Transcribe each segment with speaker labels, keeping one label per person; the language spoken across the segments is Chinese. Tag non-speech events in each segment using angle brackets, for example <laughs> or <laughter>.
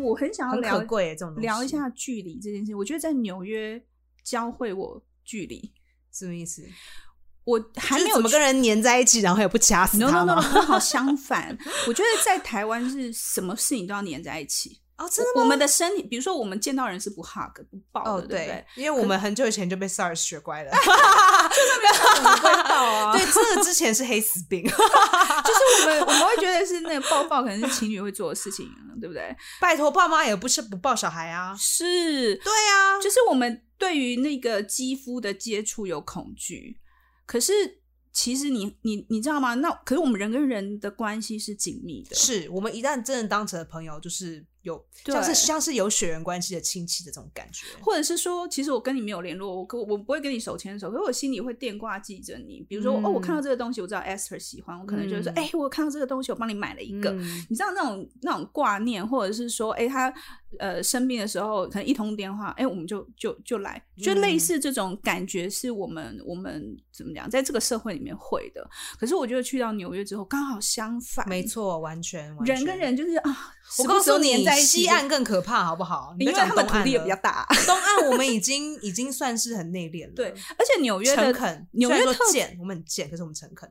Speaker 1: 我很想要
Speaker 2: 很
Speaker 1: 聊
Speaker 2: 可贵耶这种东西
Speaker 1: 聊一下距离这件事。我觉得在纽约教会我距离，
Speaker 2: 什么意思？
Speaker 1: 我还
Speaker 2: 就
Speaker 1: 没
Speaker 2: 是
Speaker 1: 有
Speaker 2: 怎么跟人黏在一起，然后也不掐死
Speaker 1: no
Speaker 2: 他
Speaker 1: no
Speaker 2: 吗
Speaker 1: no，刚
Speaker 2: <laughs>
Speaker 1: 好相反。我觉得在台湾是什么事情都要黏在一起。
Speaker 2: 哦，真的
Speaker 1: 我们的身体，比如说我们见到人是不 hug 不抱
Speaker 2: 哦，
Speaker 1: 的，对不
Speaker 2: 对，因为我们很久以前就被 SARS 学
Speaker 1: <laughs>
Speaker 2: 乖了，
Speaker 1: 对？我们不会抱啊，
Speaker 2: <laughs> 对，这个之前是黑死病。
Speaker 1: 就是我们我们会觉得是那个抱抱，可能是情侣会做的事情，啊对不对？
Speaker 2: 拜托，爸妈也不是不抱小孩啊。
Speaker 1: 是，
Speaker 2: 对啊，
Speaker 1: 就是我们对于那个肌肤的接触有恐惧，可是其实你你你知道吗？那可是我们人跟人的关系是紧密的，
Speaker 2: 是我们一旦真的当成了朋友，就是有
Speaker 1: 对
Speaker 2: 像是像是有血缘关系的亲戚的这种感觉。
Speaker 1: 或者是说，其实我跟你没有联络，我跟我不会跟你手牵手，可是我心里会电挂记着你。比如说，
Speaker 2: 嗯
Speaker 1: 哦，我看到这个东西，我知道 Esther 喜欢，我可能就会说，
Speaker 2: 嗯
Speaker 1: 哎、我看到这个东西，我帮你买了一个。
Speaker 2: 嗯
Speaker 1: 你知道那种那种挂念，或者是说，哎、他呃生病的时候，可能一通电话，哎、我们就就就来，就
Speaker 2: 嗯
Speaker 1: 类似这种感觉，是我们我们怎么讲，在这个社会里面会的。可是我觉得去到纽约之后，刚好相反，
Speaker 2: 没，错，完全完全
Speaker 1: 人跟。人就是啊，
Speaker 2: 我告
Speaker 1: 时
Speaker 2: 诉
Speaker 1: 不时黏
Speaker 2: 你，
Speaker 1: 在一起
Speaker 2: 西岸更可怕，好不好？你
Speaker 1: 因
Speaker 2: 不
Speaker 1: 为
Speaker 2: 要讲
Speaker 1: 他们
Speaker 2: 东
Speaker 1: 土
Speaker 2: 岸
Speaker 1: 地也
Speaker 2: 了
Speaker 1: 比较，大，
Speaker 2: 东岸我们已经已经算是很内敛了，
Speaker 1: 对，而且纽约
Speaker 2: 诚
Speaker 1: 的
Speaker 2: 恳。
Speaker 1: 纽约
Speaker 2: 虽然
Speaker 1: 特
Speaker 2: 说贱，我们很贱，可是我们诚恳。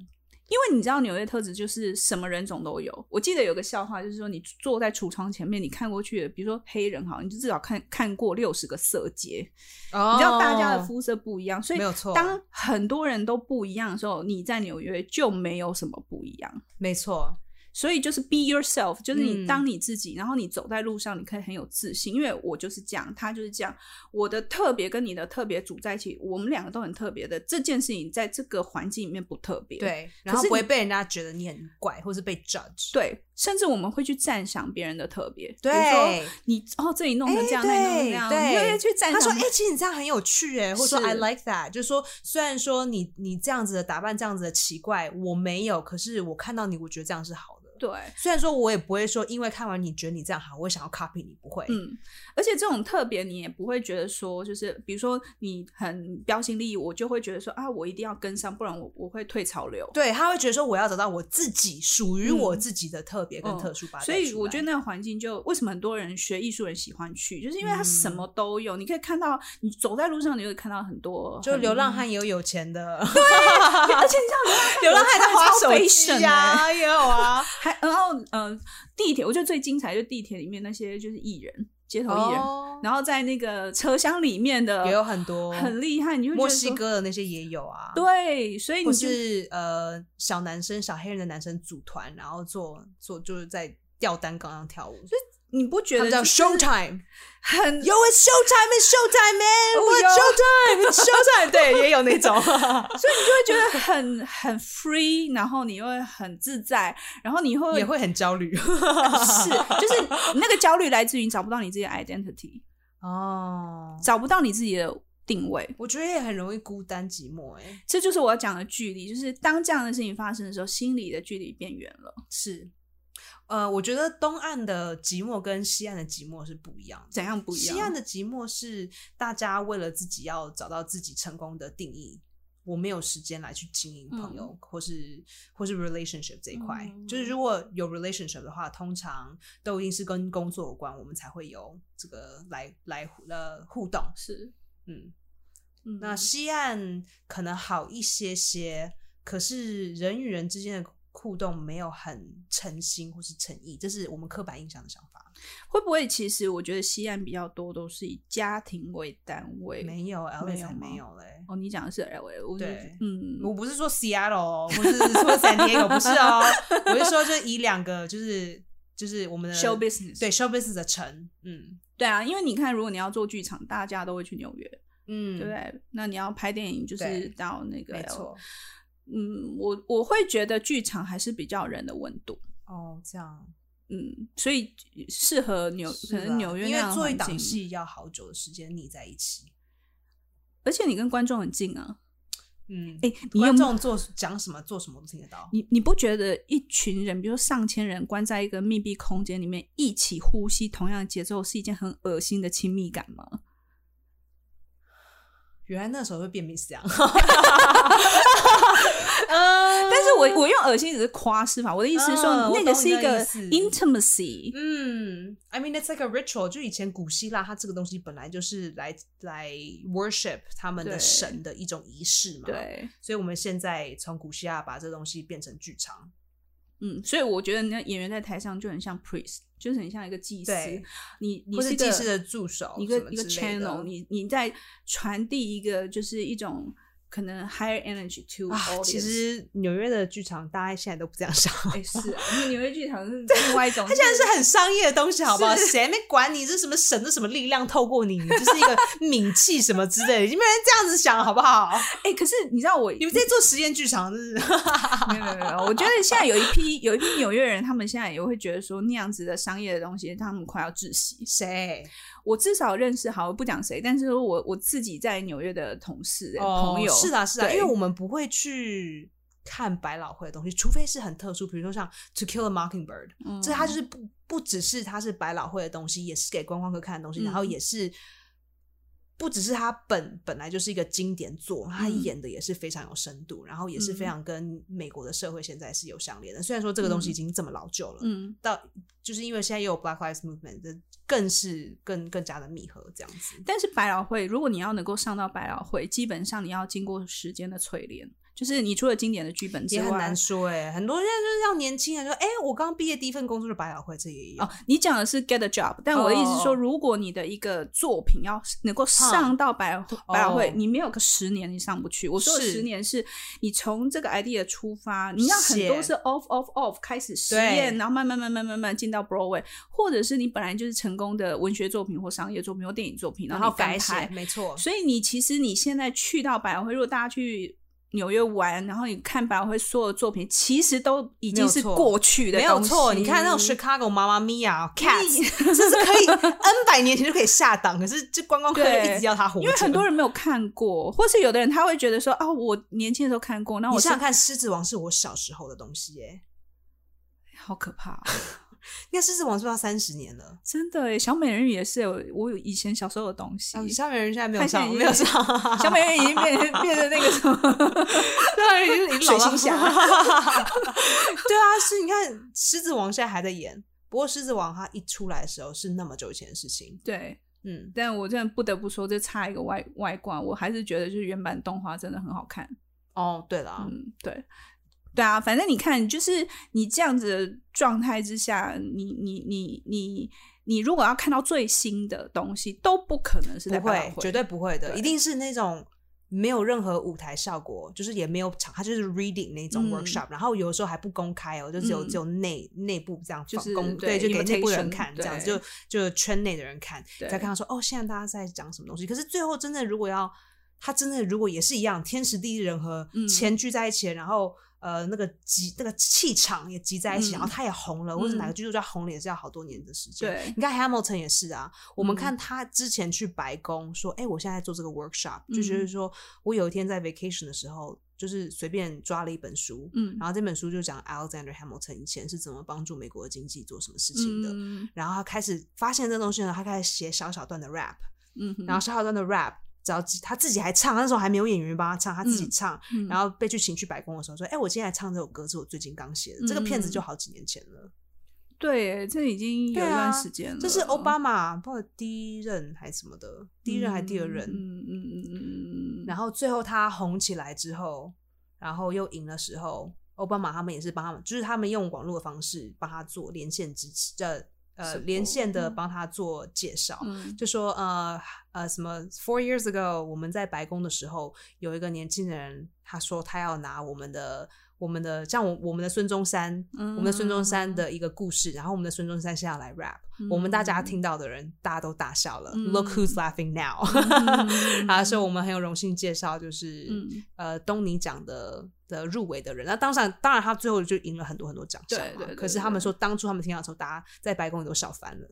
Speaker 1: 因为你知道纽约特质就是什么人种都有。我记得有个笑话，就是说你坐在橱窗前面，你看过去，比如说黑人好，你就至少看看过六十个色阶，
Speaker 2: 哦
Speaker 1: 你知道大家的肤色不一样，所以
Speaker 2: 没有错
Speaker 1: 当很多人都不一样的时候，你在纽约就没有什么不一样。
Speaker 2: 没错，
Speaker 1: 所以就是 be yourself，就是你
Speaker 2: 嗯
Speaker 1: 当你自己，然后你走在路上，你可以很有自信，因为我就是这样，他就是这样，我的特别跟你的特别组在一起，我们两个都很特别的这件事情，在这个环境里面不特别。。
Speaker 2: 对，
Speaker 1: 可
Speaker 2: 然后
Speaker 1: 是
Speaker 2: 不会
Speaker 1: 你
Speaker 2: 被人家觉得你很怪，或是被 judge。
Speaker 1: 对，甚至我们会去赞赏别人的特别，
Speaker 2: 对
Speaker 1: 比如说你哦这里弄成
Speaker 2: 哎
Speaker 1: 这样，那里弄成
Speaker 2: 对
Speaker 1: 这样，
Speaker 2: 对
Speaker 1: 你会去赞赏。
Speaker 2: 他说：“哎、其实你这样很有趣，哎，或者说
Speaker 1: 是
Speaker 2: I like that，就是说，虽然说你你这样子的打扮，这样子的奇怪，我没有，可是我看到你，我觉得这样是好的。
Speaker 1: 对，
Speaker 2: 虽然说我也不会说，因为看完你觉得你这样好，我想要 copy 你，不会。
Speaker 1: 嗯，而且这种特别你也不会觉得说，就是比如说你很标新立异，我就会觉得说啊，我一定要跟上，不然我我会退潮流。
Speaker 2: 对，他会觉得说我要找到我自己属于
Speaker 1: 嗯
Speaker 2: 我自己的特别跟
Speaker 1: 嗯
Speaker 2: 特殊吧、
Speaker 1: 所以我觉得那
Speaker 2: 得
Speaker 1: 个环境就为什么很多人学艺术人喜欢去，就是因为他什
Speaker 2: 嗯
Speaker 1: 么都有，你可以看到，你走在路上你会看到很多
Speaker 2: 就
Speaker 1: 很
Speaker 2: 流
Speaker 1: <laughs>
Speaker 2: 浪汉也有有钱 <laughs> 的，
Speaker 1: 而且你知道
Speaker 2: 流浪汉在滑
Speaker 1: 超
Speaker 2: 手
Speaker 1: fashion
Speaker 2: 机啊，也有 <laughs> 啊，
Speaker 1: 欸还然后呃，地铁我觉得最精彩就是地铁里面那些就是艺人，街头艺人，
Speaker 2: 哦
Speaker 1: 然后在那个车厢里面的
Speaker 2: 也有很多
Speaker 1: 很厉害，你就
Speaker 2: 墨西哥的那些也有啊，
Speaker 1: 对，所以
Speaker 2: 或
Speaker 1: 你就是
Speaker 2: 呃小男生、小黑人的男生组团，然后做做就是在吊单杠上跳舞，
Speaker 1: 你不觉得
Speaker 2: 他们叫
Speaker 1: 就是
Speaker 2: show <laughs> time。
Speaker 1: 很
Speaker 2: Yo, it's show time, it's show time, man.
Speaker 1: 哦
Speaker 2: What
Speaker 1: 有
Speaker 2: show time? It's show <laughs> time. 对，也有那种。
Speaker 1: 所以你就会觉得很很 free，然后你会很自在，然后你会
Speaker 2: 也会很焦虑
Speaker 1: 是就是那个焦虑来自于你找不到你自己的 identity，
Speaker 2: <laughs> 哦，
Speaker 1: 找不到你自己的定位。
Speaker 2: 我觉得也很容易孤单寂寞、欸，哎，
Speaker 1: 这就是我要讲的距离，就是当这样的事情发生的时候，心理的距离变远了。
Speaker 2: 是，呃，我觉得东岸的寂寞跟西岸的寂寞是不一样的。
Speaker 1: 怎样不一样？
Speaker 2: 西岸的寂寞是大家为了自己要找到自己成功的定义，我没有时间来去经营朋友、或是或是 relationship 这一块。
Speaker 1: 嗯
Speaker 2: 就是如果有 relationship 的话，通常都一定是跟工作有关，我们才会有这个来来呃互动。
Speaker 1: 是，
Speaker 2: 嗯，
Speaker 1: 嗯
Speaker 2: 那西岸可能好一些些，可是人与人之间的。互动没有很诚心或是诚意，这是我们刻板印象的想法。
Speaker 1: 会不会其实我觉得西岸比较多都是以家庭为单位？
Speaker 2: 没有，L
Speaker 1: 没
Speaker 2: A
Speaker 1: 有
Speaker 2: 才
Speaker 1: 吗
Speaker 2: 没有嘞。
Speaker 1: 哦，你讲的是 L A，我就
Speaker 2: 对
Speaker 1: 嗯，
Speaker 2: 我不是说 Seattle，哦不是说 San Diego，不是
Speaker 1: <laughs>
Speaker 2: 哦，我是说就以两个就是就是我们的
Speaker 1: show business
Speaker 2: 对 show business 的城，嗯
Speaker 1: 对啊，因为你看，如果你要做剧场，大家都会去纽约，
Speaker 2: 嗯
Speaker 1: 对不对？那你要拍电影，就
Speaker 2: 对
Speaker 1: 是到那个
Speaker 2: 没错。
Speaker 1: 嗯，我我会觉得剧场还是比较有人的温度，
Speaker 2: 哦，这样
Speaker 1: 嗯，所以适合纽
Speaker 2: 是
Speaker 1: 可
Speaker 2: 啦
Speaker 1: 能纽约那
Speaker 2: 因
Speaker 1: 样
Speaker 2: 为
Speaker 1: 的
Speaker 2: 做一
Speaker 1: 环
Speaker 2: 档
Speaker 1: 境，
Speaker 2: 戏要好久的时间腻在一起，
Speaker 1: 而且你跟观众很近啊。
Speaker 2: 嗯，
Speaker 1: 哎，你有
Speaker 2: 观
Speaker 1: 没有
Speaker 2: 众做讲什么做什么都听得到，
Speaker 1: 你你不觉得一群人，比如说上千人关在一个密闭空间里面，一起呼吸同样的节奏，是一件很恶心的亲密感吗？
Speaker 2: 原来那时候会变 Miss <laughs> 样。
Speaker 1: 但是
Speaker 2: 呃
Speaker 1: 我我用恶心只是夸饰法，我的意思是说，
Speaker 2: 嗯嗯我
Speaker 1: 那个
Speaker 2: 懂
Speaker 1: 是
Speaker 2: 你
Speaker 1: 一
Speaker 2: 的
Speaker 1: 个
Speaker 2: 意思
Speaker 1: intimacy，
Speaker 2: 嗯，I mean it's like a ritual，就以前古希腊它这个东西本来就是来来 worship 他们的
Speaker 1: 对
Speaker 2: 神的一种仪式嘛。，
Speaker 1: 对，
Speaker 2: 所以我们现在从古希腊把这东西变成剧场。
Speaker 1: 嗯，所以我觉得那演员在台上就很像 priest，就是很像一个祭司，
Speaker 2: 对，
Speaker 1: 你你
Speaker 2: 或是
Speaker 1: 一个
Speaker 2: 祭司的助手
Speaker 1: 一
Speaker 2: 什
Speaker 1: 个
Speaker 2: 么
Speaker 1: 一个
Speaker 2: 之类的
Speaker 1: channel，你你在传递一个就是一种可能 higher energy to
Speaker 2: 啊，
Speaker 1: audience。
Speaker 2: 其实纽约的剧场大家现在都不这样想，
Speaker 1: 哎、是、啊，因为纽约剧场是另外一种，
Speaker 2: 它现在是很商业的东西，好不好？ <laughs>
Speaker 1: 是
Speaker 2: 谁没管你是什么神的什么力量透过你，你就是一个 <laughs> 冥气什么之类的，已经没人这样子想了，好不好？
Speaker 1: 哎、可是你知道我
Speaker 2: 你们在做实验剧场，真是
Speaker 1: 没有没有没有，我觉得现在有一批有一批纽约人，他们现在也会觉得说那样子的商业的东西，他们快要窒息。
Speaker 2: 谁？
Speaker 1: 我至少认识好，我不讲谁，但是我我自己在纽约的同事、朋友
Speaker 2: 哦是的，是的，
Speaker 1: 对
Speaker 2: 因为我们不会去看百老汇的东西，除非是很特殊，比如说像《To Kill a Mockingbird》，
Speaker 1: 嗯
Speaker 2: 这它就是不不只是它是百老汇的东西，也是给观光客看的东西，
Speaker 1: 嗯
Speaker 2: 然后也是。不只是它本本来就是一个经典作，它
Speaker 1: 嗯
Speaker 2: 演的也是非常有深度，然后也是
Speaker 1: 嗯
Speaker 2: 非常跟美国的社会现在是有相连的。虽然说这个东西已
Speaker 1: 嗯
Speaker 2: 经这么老旧了，
Speaker 1: 嗯，
Speaker 2: 到就是因为现在也有 Black Lives Movement，这更是更更加的密合这样子。
Speaker 1: 但是百老汇，如果你要能够上到百老汇，基本上你要经过时间的淬炼，就是你除了经典的剧本之
Speaker 2: 也
Speaker 1: 外，
Speaker 2: 很难说哎、很多人就是让年轻人说，哎、我刚毕业第一份工作是百老汇，这也有。
Speaker 1: 哦，你讲的是 get a job，但我的意思是说
Speaker 2: 哦
Speaker 1: 如果你的一个作品要能够上到百老汇
Speaker 2: 哦
Speaker 1: 百老汇，你没有个十年你上不去。我说的
Speaker 2: 是
Speaker 1: 十年是你从这个 idea 出发，你让很多
Speaker 2: 写
Speaker 1: 是 off off off 开始实
Speaker 2: 对
Speaker 1: 验，然后慢慢慢慢慢慢进到 Broadway，或者是你本来就是成功的文学作品或商业作品或电影作品，
Speaker 2: 然
Speaker 1: 后
Speaker 2: 后
Speaker 1: 你翻
Speaker 2: 改写，
Speaker 1: 拍。
Speaker 2: 没错，
Speaker 1: 所以你其实你现在去到百老汇，如果大家去。纽约玩，然后你看百老汇所有的作品，其实都已经是
Speaker 2: 没有错
Speaker 1: 过去的
Speaker 2: 没有错。
Speaker 1: 东西
Speaker 2: 你看那种 Chicago 妈妈咪呀 Cats，
Speaker 1: 嗯
Speaker 2: 这是可以
Speaker 1: <laughs>
Speaker 2: N 百年前就可以下档，可是这观光客就
Speaker 1: 对
Speaker 2: 一直要它活着。
Speaker 1: 因为很多人没有看过，或是有的人他会觉得说啊，我年轻的时候看过，那
Speaker 2: 你
Speaker 1: 我
Speaker 2: 想想
Speaker 1: 上
Speaker 2: 看，《狮子王》是我小时候的东西耶、
Speaker 1: 好可怕哦、
Speaker 2: 你看《狮子王》是不是要三十年了？
Speaker 1: 真的耶。小美人鱼也是有我有以前小时候的东西，
Speaker 2: 啊小美人鱼现在没
Speaker 1: 它
Speaker 2: 有
Speaker 1: 现在
Speaker 2: 上，
Speaker 1: 已经
Speaker 2: 没有上，
Speaker 1: <laughs>
Speaker 2: 小
Speaker 1: 小美人鱼已经变变成那个什么，
Speaker 2: 对，已经
Speaker 1: 水
Speaker 2: 老了
Speaker 1: 行侠
Speaker 2: 对啊，是你看《狮子王》现在还在演，不过《狮子王》它一出来的时候是那么久以前的事情。
Speaker 1: 对。
Speaker 2: 嗯，
Speaker 1: 但我真的不得不说，这差一个外外挂，我还是觉得就是原版动画真的很好看。
Speaker 2: 哦，对了啊，
Speaker 1: 嗯，对，对啊，反正你看，就是你这样子的状态之下，你你你你你如果要看到最新的东西，都不可能是在
Speaker 2: 不
Speaker 1: 百老
Speaker 2: 会，
Speaker 1: 汇，
Speaker 2: 绝对不会的，
Speaker 1: 对
Speaker 2: 一定是那种没有任何舞台效果，就是也没有场，它就是 reading 那
Speaker 1: 嗯
Speaker 2: 种 workshop，、然后有的时候还不公开哦，就只有、
Speaker 1: 嗯
Speaker 2: 只有内内部这样放
Speaker 1: 就是
Speaker 2: 公
Speaker 1: 对
Speaker 2: 就给内部的人
Speaker 1: invitation，
Speaker 2: 看，这样子
Speaker 1: 对
Speaker 2: 就就圈内的人看，
Speaker 1: 对
Speaker 2: 才看到说哦，现在大家在讲什么东西。可是最后真的如果要他真的如果也是一样，天时地利人和
Speaker 1: 嗯
Speaker 2: 前聚在一起，然后。呃，那个集那个气场也集在一
Speaker 1: 嗯
Speaker 2: 起，然后他也红了，或者
Speaker 1: 嗯
Speaker 2: 哪个剧作家红了也是要好多年的时间。
Speaker 1: 对，
Speaker 2: 你看 Hamilton 也是啊，我
Speaker 1: 嗯
Speaker 2: 们看他之前去白宫说，哎、我现在做这个 workshop，、
Speaker 1: 嗯
Speaker 2: 就是说我有一天在 vacation 的时候，就是随便抓了一本书，
Speaker 1: 嗯，
Speaker 2: 然后这本书就讲 Alexander Hamilton 以前是怎么帮助美国的经济做什么事情的。
Speaker 1: 嗯
Speaker 2: 然后他开始发现这东西呢，他开始写小小段的 rap，、
Speaker 1: 嗯哼，
Speaker 2: 然后小小段的 rap，只要自他自己还唱，那时候还没有演员帮他唱，他自己
Speaker 1: 嗯
Speaker 2: 唱，
Speaker 1: 嗯
Speaker 2: 然后被去请去白宫的时候说，哎、我今天来唱这首歌是我最近刚写的，这个片子
Speaker 1: 嗯
Speaker 2: 就好几年前了。
Speaker 1: 对，这已经有一
Speaker 2: 对啊
Speaker 1: 段时间了。
Speaker 2: 这是奥巴马不知道第一任还是什么的，第一任还是第二任。
Speaker 1: 嗯嗯嗯嗯嗯嗯，
Speaker 2: 然
Speaker 1: 后
Speaker 2: 后最后他红起来之后，然后又赢的时候，奥巴马他们也是帮他们，就是他们用网络的方式帮他做连线支持，呃呃
Speaker 1: Support，
Speaker 2: 连线的
Speaker 1: 嗯
Speaker 2: 帮他做介绍。
Speaker 1: 嗯
Speaker 2: 就说呃呃什么 four years ago，我们在白宫的时候，有一个年轻人，他说他要拿我们的我们的像我我们的孙中山，
Speaker 1: 嗯
Speaker 2: 我们的孙中山的一个故事，然后我们的孙中山现在要来 rap，、我们大家听到的人，大家都大笑了、
Speaker 1: 嗯
Speaker 2: l o o k who's laughing now，、 <laughs>
Speaker 1: 嗯
Speaker 2: 他说我们很有荣幸介绍就是、
Speaker 1: 嗯
Speaker 2: 呃东尼奖的的入围的人，那当然当然他最后就赢了很多很多奖项嘛，
Speaker 1: 对对对
Speaker 2: 可是他们
Speaker 1: 对
Speaker 2: 说当初他们听到的时候，大家在白宫也都笑翻了，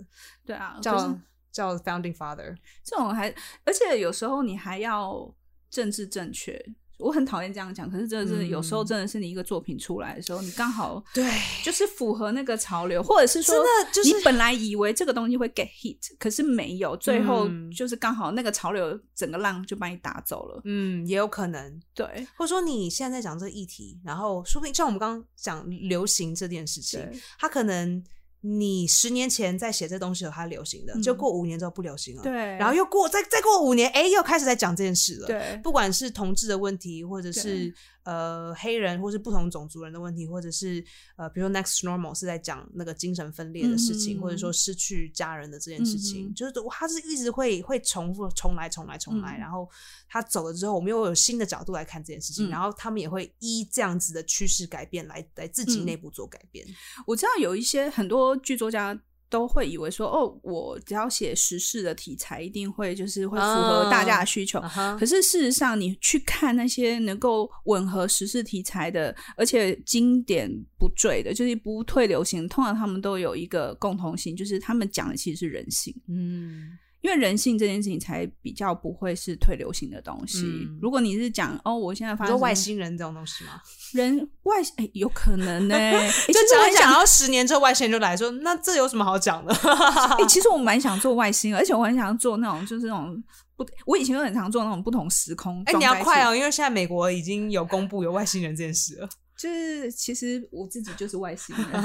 Speaker 1: 对啊，
Speaker 2: 叫、
Speaker 1: 就是
Speaker 2: 叫 founding father。
Speaker 1: 这种还，而且有时候你还要政治正确，我很讨厌这样讲，可是真的是、
Speaker 2: 嗯
Speaker 1: 有时候真的是你一个作品出来的时候，你刚好
Speaker 2: 对，
Speaker 1: 就是符合那个潮流，或者是说
Speaker 2: 真的就是
Speaker 1: 你本来以为这个东西会 get hit，可是没有，最后
Speaker 2: 嗯
Speaker 1: 就是刚好那个潮流整个浪就把你打走了。
Speaker 2: 嗯，也有可能，
Speaker 1: 对，
Speaker 2: 或者说你现在在讲这个议题，然后说不定像我们刚刚讲流行这件事情，
Speaker 1: 对，
Speaker 2: 它可能你十年前在写这东西的时候它流行的，
Speaker 1: 嗯
Speaker 2: 就过五年之后不流行了，
Speaker 1: 对，
Speaker 2: 然后又过再再过五年，哎，又开始在讲这件事了。
Speaker 1: 对，
Speaker 2: 不管是同志的问题，或者是呃黑人，或是不同种族人的问题，或者是呃比如说 Next Normal 是在讲那个精神分裂的事情，
Speaker 1: 嗯哼
Speaker 2: 或者说失去家人的这件事情，
Speaker 1: 嗯哼
Speaker 2: 就是他是一直会会重复重来重来重来，
Speaker 1: 嗯
Speaker 2: 然后他走了之后，我们又有新的角度来看这件事情，
Speaker 1: 嗯
Speaker 2: 然后他们也会依这样子的趋势改变来来自己
Speaker 1: 嗯
Speaker 2: 内部做改变。
Speaker 1: 我知道有一些很多剧作家都会以为说，哦，我只要写时事的题材，一定会就是会符合大家的需求。
Speaker 2: 啊哈
Speaker 1: 可是事实上，你去看那些能够吻合时事题材的，而且经典不坠的，就是不退流行，通常他们都有一个共同性，就是他们讲的其实是人性。
Speaker 2: 嗯，
Speaker 1: 因为人性这件事情才比较不会是退流行的东西。
Speaker 2: 嗯
Speaker 1: 如果你是讲哦，我现在发
Speaker 2: 你
Speaker 1: 生
Speaker 2: 说外
Speaker 1: 什么
Speaker 2: 星人这种东西吗？
Speaker 1: 人外星，哎，有可能 <laughs> 呢、欸。
Speaker 2: 就
Speaker 1: 就
Speaker 2: 讲一讲，然后十年之后外星人就来说，那这有什么好讲的？
Speaker 1: 哎、其实我蛮想做外星的，而且我很想做那种就是那种不，我以前都很常做那种不同时空。
Speaker 2: <laughs> 哎、你 <laughs> 要快！哦，因为现在美国已经有公布有外星人这件事了，
Speaker 1: 就是其实我自己就是外星 <laughs> 人，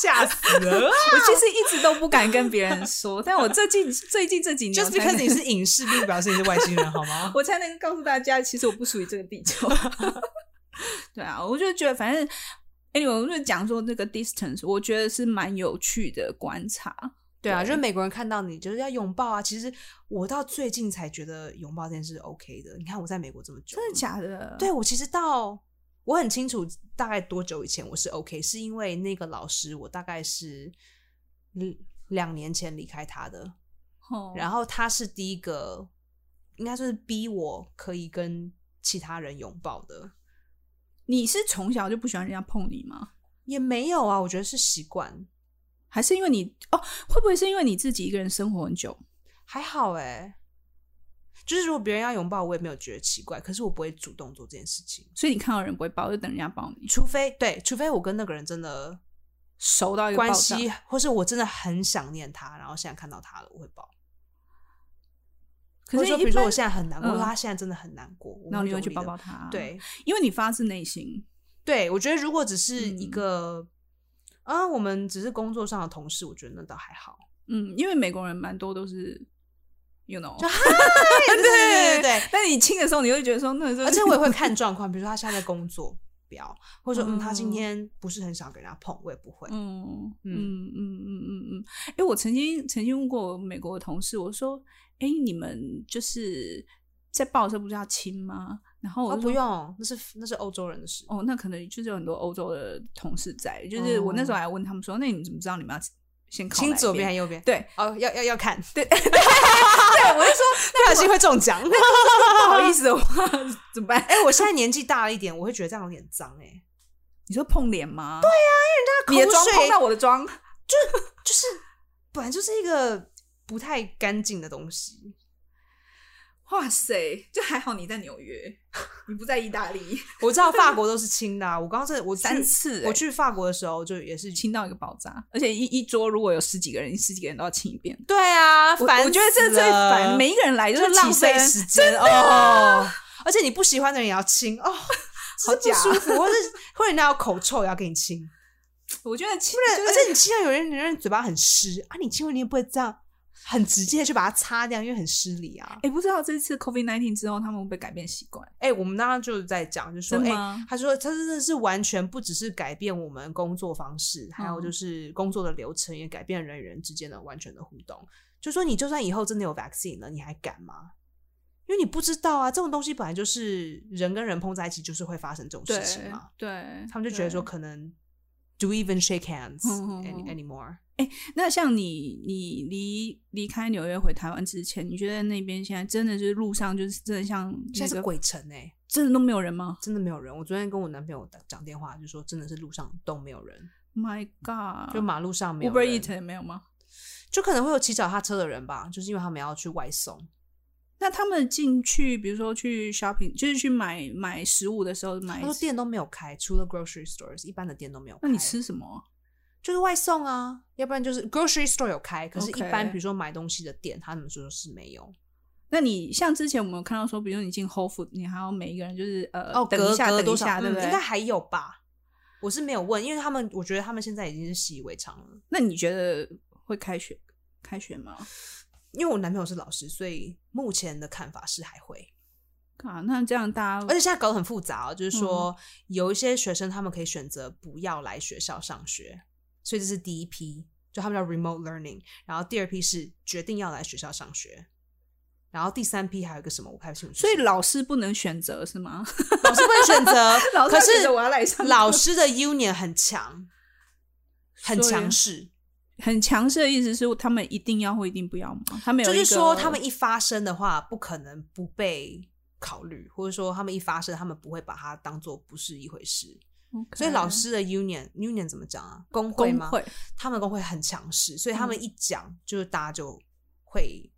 Speaker 2: 吓 <laughs> 死 <laughs>
Speaker 1: <laughs>
Speaker 2: 了！
Speaker 1: 我其实一直都不敢跟别人说，但我最近最近这几年，
Speaker 2: 就是 because 你是影视，并不表示你是外星人，好 <laughs> 吗？
Speaker 1: <laughs> 我才能告诉大家，其实我不属于这个地球。 <laughs> 对啊，我就觉得反正，anyway，我就讲说那个 distance，我觉得是蛮有趣的观察。
Speaker 2: 对啊，就是美国人看到你就是要拥抱啊。其实我到最近才觉得拥抱这件事是 OK 的。你看我在美国这么久，
Speaker 1: 真的假的？
Speaker 2: 对我其实到我很清楚大概多久以前我是 OK，是因为那个老师我大概是嗯两年前离开他的，
Speaker 1: 哦，
Speaker 2: 然后他是第一个，应该算是逼我可以跟其他人拥抱的，
Speaker 1: 你是从小就不喜欢人家碰你吗？
Speaker 2: 也没有啊，我觉得是习惯，
Speaker 1: 还是因为你哦？会不会是因为你自己一个人生活很久？
Speaker 2: 还好哎、就是如果别人要拥抱，我也没有觉得奇怪，可是我不会主动做这件事情，
Speaker 1: 所以你看到人不会抱，就等人家抱你，
Speaker 2: 除非对，除非我跟那个人真的
Speaker 1: 熟到一个
Speaker 2: 关
Speaker 1: 爆炸
Speaker 2: 系，或是我真的很想念他，然后现在看到他了，我会抱。
Speaker 1: 可
Speaker 2: 或
Speaker 1: 是
Speaker 2: 者说，
Speaker 1: 一
Speaker 2: 比如说
Speaker 1: 般
Speaker 2: 我现在很难
Speaker 1: 嗯
Speaker 2: 过，或者他现在真的很难过，我
Speaker 1: 然后你
Speaker 2: 会
Speaker 1: 会
Speaker 2: 用
Speaker 1: 去
Speaker 2: 力
Speaker 1: 抱
Speaker 2: 地
Speaker 1: 抱他，，
Speaker 2: 对，
Speaker 1: 因为你发自内心，
Speaker 2: 对，我觉得如果只是一
Speaker 1: 嗯
Speaker 2: 个、啊，我们只是工作上的同事，我觉得那倒还 <laughs> 好。
Speaker 1: 嗯，因为美国人蛮多都是，you <laughs> know，
Speaker 2: 对对对对， <laughs>
Speaker 1: 但你亲的时候，你会觉得说，那是不是
Speaker 2: 而且我也会看状况，比如说他现在在工作，不要，或者说嗯，他今
Speaker 1: 嗯
Speaker 2: 天不是很想给人家碰，我也不会。
Speaker 1: 嗯嗯嗯
Speaker 2: 嗯
Speaker 1: 嗯嗯嗯嗯。哎、我曾经曾经问过我美国的同事，我说：“哎、你们就是在抱的时候不是要亲吗？”然后我
Speaker 2: 哦，
Speaker 1: 就
Speaker 2: 不
Speaker 1: 说。
Speaker 2: 用，那是那是欧洲人的事。
Speaker 1: 哦，那可能就是有很多欧洲的同事在，就是我那时候还问他们说，那你们怎么知道你们要先靠
Speaker 2: 亲
Speaker 1: 哪
Speaker 2: 左边
Speaker 1: 哦边
Speaker 2: 还？是右边？
Speaker 1: 对， <laughs>
Speaker 2: 哦，要要要看，对，
Speaker 1: 对，我就 <laughs> 说
Speaker 2: 不小心会中奖。
Speaker 1: 不好意思的话 <laughs> 怎么办？ <laughs>
Speaker 2: 哎，我现在年纪大了一点，我会觉得这样有点脏哎。
Speaker 1: 你说碰脸吗？对呀、你的
Speaker 2: 口
Speaker 1: 妆
Speaker 2: 水
Speaker 1: 碰到我的妆，
Speaker 2: 就是本来就是一个不太干净的东西。
Speaker 1: 哇塞！就还好你在纽约，
Speaker 2: <laughs>
Speaker 1: 你不在意大利，
Speaker 2: 我知道法国都是清的啊，我刚刚是我去
Speaker 1: 三次、
Speaker 2: 我去法国的时候就也是
Speaker 1: 亲到一个爆炸，而且一一桌如果有十几个人，你十几个人都要亲一遍。
Speaker 2: 对啊，
Speaker 1: 我
Speaker 2: 烦
Speaker 1: 我觉得这
Speaker 2: 死
Speaker 1: 最
Speaker 2: 了
Speaker 1: 烦，每一个人来
Speaker 2: 就
Speaker 1: 都是
Speaker 2: 浪
Speaker 1: 起
Speaker 2: 费
Speaker 1: 身
Speaker 2: 时间哦。 <laughs> 而且你不喜欢的人也要亲哦，
Speaker 1: 好
Speaker 2: 真
Speaker 1: 假
Speaker 2: 是不舒服， <laughs> 或者或者人家有口臭也要给你亲，
Speaker 1: 我觉得亲
Speaker 2: 不然
Speaker 1: 就是
Speaker 2: 而且你亲到有人有人嘴巴很湿啊，你亲完你也不会这样很直接去把它擦掉，因为很失礼啊。
Speaker 1: 哎，不知道这次 COVID nineteen 之后，他们会不会改变习惯？
Speaker 2: 哎、我们刚刚就在讲，就说
Speaker 1: 真
Speaker 2: 哎、
Speaker 1: 吗
Speaker 2: 他说他真的是完全不只是改变我们工作方式，还
Speaker 1: 嗯
Speaker 2: 有就是工作的流程，也改变人与人之间的完全的互动。就说你就算以后真的有 vaccine 了，你还敢吗？因为你不知道啊，这种东西本来就是人跟人碰在一起，就是会发生这种事情嘛。
Speaker 1: 对，
Speaker 2: 他们就觉得说，
Speaker 1: 对，
Speaker 2: 可能 do we even shake hands
Speaker 1: 嗯嗯
Speaker 2: any-
Speaker 1: 嗯
Speaker 2: anymore？
Speaker 1: 那像你你离离开纽约回台湾之前，你觉得那边现在真的就是路上就是真的像
Speaker 2: 现
Speaker 1: 那
Speaker 2: 在是
Speaker 1: 个
Speaker 2: 鬼城哎、
Speaker 1: 真的都没有人吗
Speaker 2: 真的没有人。我昨天跟我男朋友打讲电话，就说真的是路上都没有人，
Speaker 1: ？My God，
Speaker 2: 就马路上没
Speaker 1: 嗯
Speaker 2: 有
Speaker 1: Uber
Speaker 2: 人。
Speaker 1: Eat 也没有吗？
Speaker 2: 就可能会有骑脚踏车的人吧，就是因为他们要去外送，
Speaker 1: 那他们进去，比如说去 shopping，就是去买买食物的时候买
Speaker 2: 他，说店都没有开，除了 grocery stores，一般的店都没有开。
Speaker 1: 那你吃什么？啊
Speaker 2: 就是外送啊，要不然就是 grocery store 有开，可是一
Speaker 1: OK
Speaker 2: 般比如说买东西的店，他们就是没有。
Speaker 1: 那你像之前我们有看到说，比如你进 Whole Food，你还要每一个人就是呃，
Speaker 2: 哦，
Speaker 1: 等
Speaker 2: 隔
Speaker 1: 一下
Speaker 2: 隔
Speaker 1: 等
Speaker 2: 多
Speaker 1: 一
Speaker 2: 少？
Speaker 1: 下，对
Speaker 2: 嗯
Speaker 1: 不对？
Speaker 2: 应该还有吧。我是没有问，因为他们，我觉得他们现在已经是习以为常了。
Speaker 1: 那你觉得会开学开学吗？
Speaker 2: 因为我男朋友是老师，所以目前的看法是还会，
Speaker 1: 啊，那这样大
Speaker 2: 而
Speaker 1: 家
Speaker 2: 且现在搞得很复杂、哦，就是说、
Speaker 1: 嗯
Speaker 2: 有一些学生他们可以选择不要来学校上学，所以这是第一批，就他们叫 remote learning。然后第二批是决定要来学校上学，然后第三批还有一个什么我不太清楚是
Speaker 1: 所以
Speaker 2: 什么，
Speaker 1: 老师不能选择是吗？，
Speaker 2: 老师不能选择
Speaker 1: <laughs> 老师
Speaker 2: 可
Speaker 1: 会选
Speaker 2: 是
Speaker 1: 择我要来上课
Speaker 2: 老师的 union 很强，很
Speaker 1: 所以
Speaker 2: 强势。
Speaker 1: 很强势的意思是他们一定要或一定不要吗？他们有
Speaker 2: 就
Speaker 1: 一
Speaker 2: 是
Speaker 1: 个
Speaker 2: 说，他们一发生的话，不可能不被考虑，或者说他们一发生，他们不会把它当做不是一回事。
Speaker 1: OK
Speaker 2: 所以老师的 union union 怎么讲啊？工
Speaker 1: 嗯
Speaker 2: 会
Speaker 1: 工
Speaker 2: 吗？
Speaker 1: 会
Speaker 2: 他们工会很强势，所以他们
Speaker 1: 嗯
Speaker 2: 一讲，就是大家就会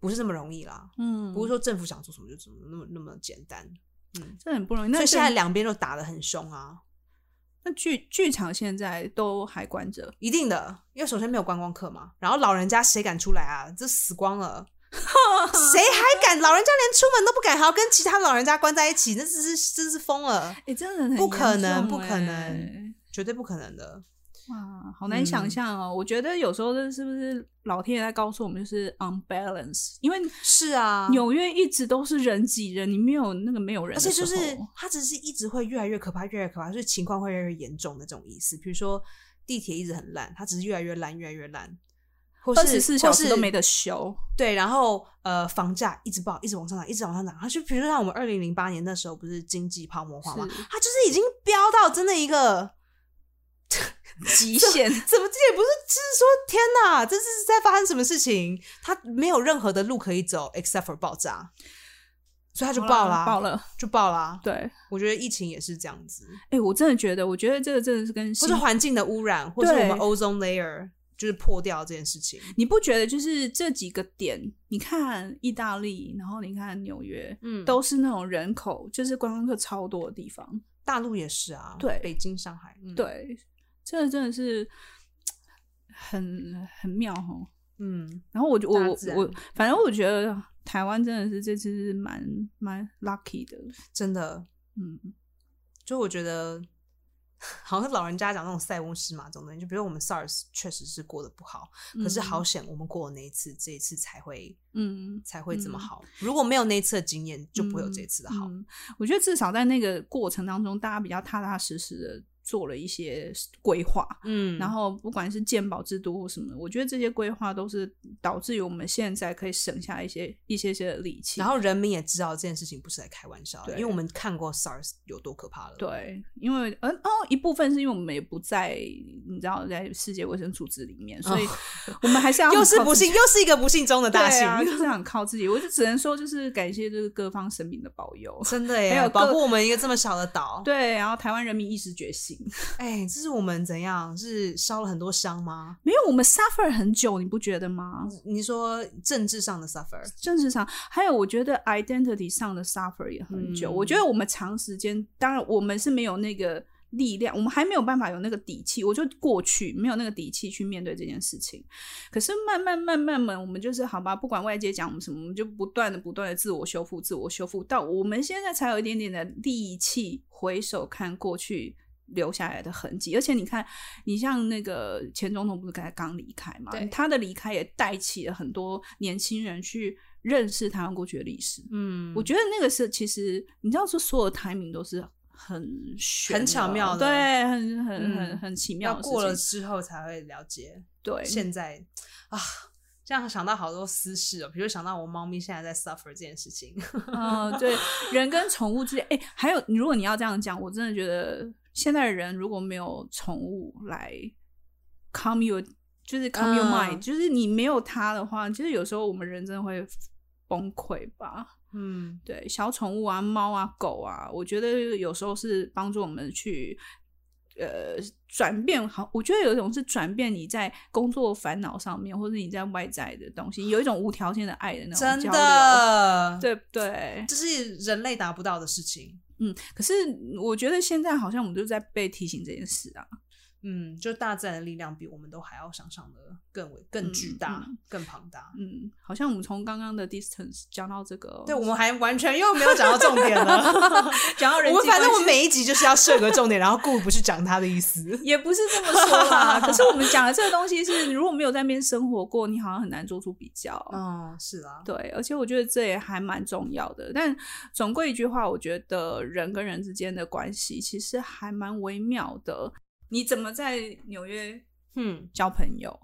Speaker 2: 不是那么容易啦。
Speaker 1: 嗯，
Speaker 2: 不是说政府想做什么就怎么那么那么简单，嗯。
Speaker 1: 这很不容易。那
Speaker 2: 所以
Speaker 1: 这
Speaker 2: 现在两边都打得很凶啊，
Speaker 1: 那剧剧场现在都还关着，
Speaker 2: 一定的，因为首先没有观光客嘛，然后老人家谁敢出来啊？这死
Speaker 1: <laughs>
Speaker 2: 光了。谁还敢？老人家连出门都不敢，还要跟其他老人家关在一起，那真是真是疯了，
Speaker 1: 哎、真的很
Speaker 2: 不可能
Speaker 1: 严重
Speaker 2: 不可
Speaker 1: 欸
Speaker 2: 能绝对不可能的。
Speaker 1: 哇，好难想
Speaker 2: 嗯
Speaker 1: 象哦！我觉得有时候这是不是老天爷在告诉我们，就是 unbalance，因为
Speaker 2: 是啊，
Speaker 1: 纽约一直都是人挤人，你没有那个没有人
Speaker 2: 而
Speaker 1: 的时
Speaker 2: 且
Speaker 1: 候，
Speaker 2: 就是它只是一直会越来越可怕，越来越可怕，就是情况会越来越严重的这种意思。比如说地铁一直很烂，它只是越来越烂，越来越烂，或是
Speaker 1: 二十四小时都没
Speaker 2: 得
Speaker 1: 得休。
Speaker 2: 对，然后呃房价一直不好，一直往上涨，一直往上涨。它就比如说像我们二零零八年那时候不是经济泡沫化嘛，
Speaker 1: 是
Speaker 2: 它就是已经飙到真的一个
Speaker 1: 极限，
Speaker 2: <laughs> 怎么这也不是，就是说天哪，这是在发生什么事情？他没有任何的路可以走，except for 爆炸，所以他就爆啊啦，
Speaker 1: 爆了。
Speaker 2: 就爆啦。
Speaker 1: 对，哎、
Speaker 2: 我觉得疫情也是这样子，
Speaker 1: 我真的觉得，我觉得这个真的是跟
Speaker 2: 或
Speaker 1: 新
Speaker 2: 是环境的污染，或是我
Speaker 1: 对
Speaker 2: 们 ozone layer 就是破掉这件事情。
Speaker 1: 你不觉得就是这几个点？你看意大利，然后你看纽约，
Speaker 2: 嗯
Speaker 1: 都是那种人口就是观光客超多的地方。
Speaker 2: 大陆也是啊，
Speaker 1: 对
Speaker 2: 北京、上海，嗯，，
Speaker 1: 对，这真的是很很妙哦。
Speaker 2: 嗯，
Speaker 1: 然后我就我
Speaker 2: 大
Speaker 1: 我
Speaker 2: 自然
Speaker 1: 我，反正我觉得台湾真的是这次是蛮蛮 lucky 的，
Speaker 2: 真的，
Speaker 1: 嗯，
Speaker 2: 就我觉得。 <laughs> 好像老人家讲那种塞翁失马这种东西，就比如我们 SARS 确实是过得不好，可是
Speaker 1: 嗯
Speaker 2: 好，险我们过了那一次，这一次才会
Speaker 1: 嗯，
Speaker 2: 才会这么
Speaker 1: 嗯
Speaker 2: 好。如果没有那一次的经验，就不会有这一次的好。
Speaker 1: 嗯嗯我觉得至少在那个过程当中，大家比较踏踏实实的做了一些规划，
Speaker 2: 嗯
Speaker 1: 然后不管是鉴宝制度或什么，我觉得这些规划都是导致于我们现在可以省下一些一些些的力气。
Speaker 2: 然后人民也知道这件事情不是在开玩笑的，
Speaker 1: 对
Speaker 2: 因为我们看过 SARS 有多可怕了。，
Speaker 1: 对，因为嗯哦，一部分是因为我们也不在，你知道，在世界卫生组织里面，所以我们还是要
Speaker 2: 哦又是
Speaker 1: 很靠
Speaker 2: 不
Speaker 1: 自己
Speaker 2: 幸，又是一个不幸中的大
Speaker 1: 对
Speaker 2: 幸，
Speaker 1: 啊，就是很靠自己。我就只能说，就是感谢就是各方神明的保佑。
Speaker 2: 真的
Speaker 1: 还
Speaker 2: 耶，
Speaker 1: 有
Speaker 2: 保
Speaker 1: 各
Speaker 2: 护我们一个这么小的岛。，
Speaker 1: 对，然后台湾人民意识觉醒，
Speaker 2: 哎，这是我们怎样？是烧了很多香吗？
Speaker 1: 没有我们 suffer 很久，你不觉得吗？
Speaker 2: 你说政治上的 suffer，
Speaker 1: 政治上，还有我觉得 identity 上的 suffer 也很久。
Speaker 2: 嗯
Speaker 1: 我觉得我们长时间，当然我们是没有那个力量，我们还没有办法有那个底气。我就过去没有那个底气去面对这件事情。可是慢慢慢慢慢，我们就是好吧，不管外界讲我们什么，我们就不断的不断的自我修复，自我修复，到我们现在才有一点点的力气回首看过去。留下来的痕迹，而且你看，你像那个前总统不是刚刚离开嘛
Speaker 2: 对，
Speaker 1: 他的离开也带起了很多年轻人去认识台湾过去的历史。
Speaker 2: 嗯
Speaker 1: 我觉得那个是其实你知道，说所有 timing 都是很玄
Speaker 2: 很巧妙的
Speaker 1: 对，很很很
Speaker 2: 嗯
Speaker 1: 很奇妙
Speaker 2: 要
Speaker 1: 的事情。
Speaker 2: 过了之后才会了解。
Speaker 1: 对，
Speaker 2: 现在啊，这样想到好多私事哦，比如想到我猫咪现在在 suffer 这件事情。 <laughs>
Speaker 1: 嗯，对，人跟宠物之间，哎、还有，如果你要这样讲，我真的觉得现在的人如果没有宠物来 calm your，就是 calm your mind，、
Speaker 2: 嗯
Speaker 1: 就是你没有它的话，就是有时候我们人真的会崩溃吧。
Speaker 2: 嗯，
Speaker 1: 对，小宠物啊，猫啊，狗啊，我觉得有时候是帮助我们去呃转变，好，我觉得有一种是转变你在工作烦恼上面，或者你在外在的东西，有一种无条件的爱的那种
Speaker 2: 真
Speaker 1: 交流，
Speaker 2: 的，，
Speaker 1: 对不对？
Speaker 2: 这是人类达不到的事情。
Speaker 1: 嗯，可是我觉得现在好像我们就在被提醒这件事啊，
Speaker 2: 嗯，就大自然的力量比我们都还要想象的更为更巨大、更庞大。
Speaker 1: 嗯，好像我们从刚刚的 distance 讲到这个哦、
Speaker 2: 对，我
Speaker 1: <laughs>
Speaker 2: 们还完全又没有讲到重点了。
Speaker 1: 讲到人
Speaker 2: 我
Speaker 1: 际
Speaker 2: 们反正
Speaker 1: 关
Speaker 2: 我
Speaker 1: 系
Speaker 2: 每一集就是要设个重点，然后故意不去讲他的意思。 <laughs>
Speaker 1: 也不是这么说啦，可是我们讲的这个东西是，如果没有在那边生活过，你好像很难做出比较。
Speaker 2: 嗯，是啦，
Speaker 1: 对，而且我觉得这也还蛮重要的。但总归一句话，我觉得人跟人之间的关系其实还蛮微妙的。你怎么在纽约
Speaker 2: 嗯，
Speaker 1: 交朋友？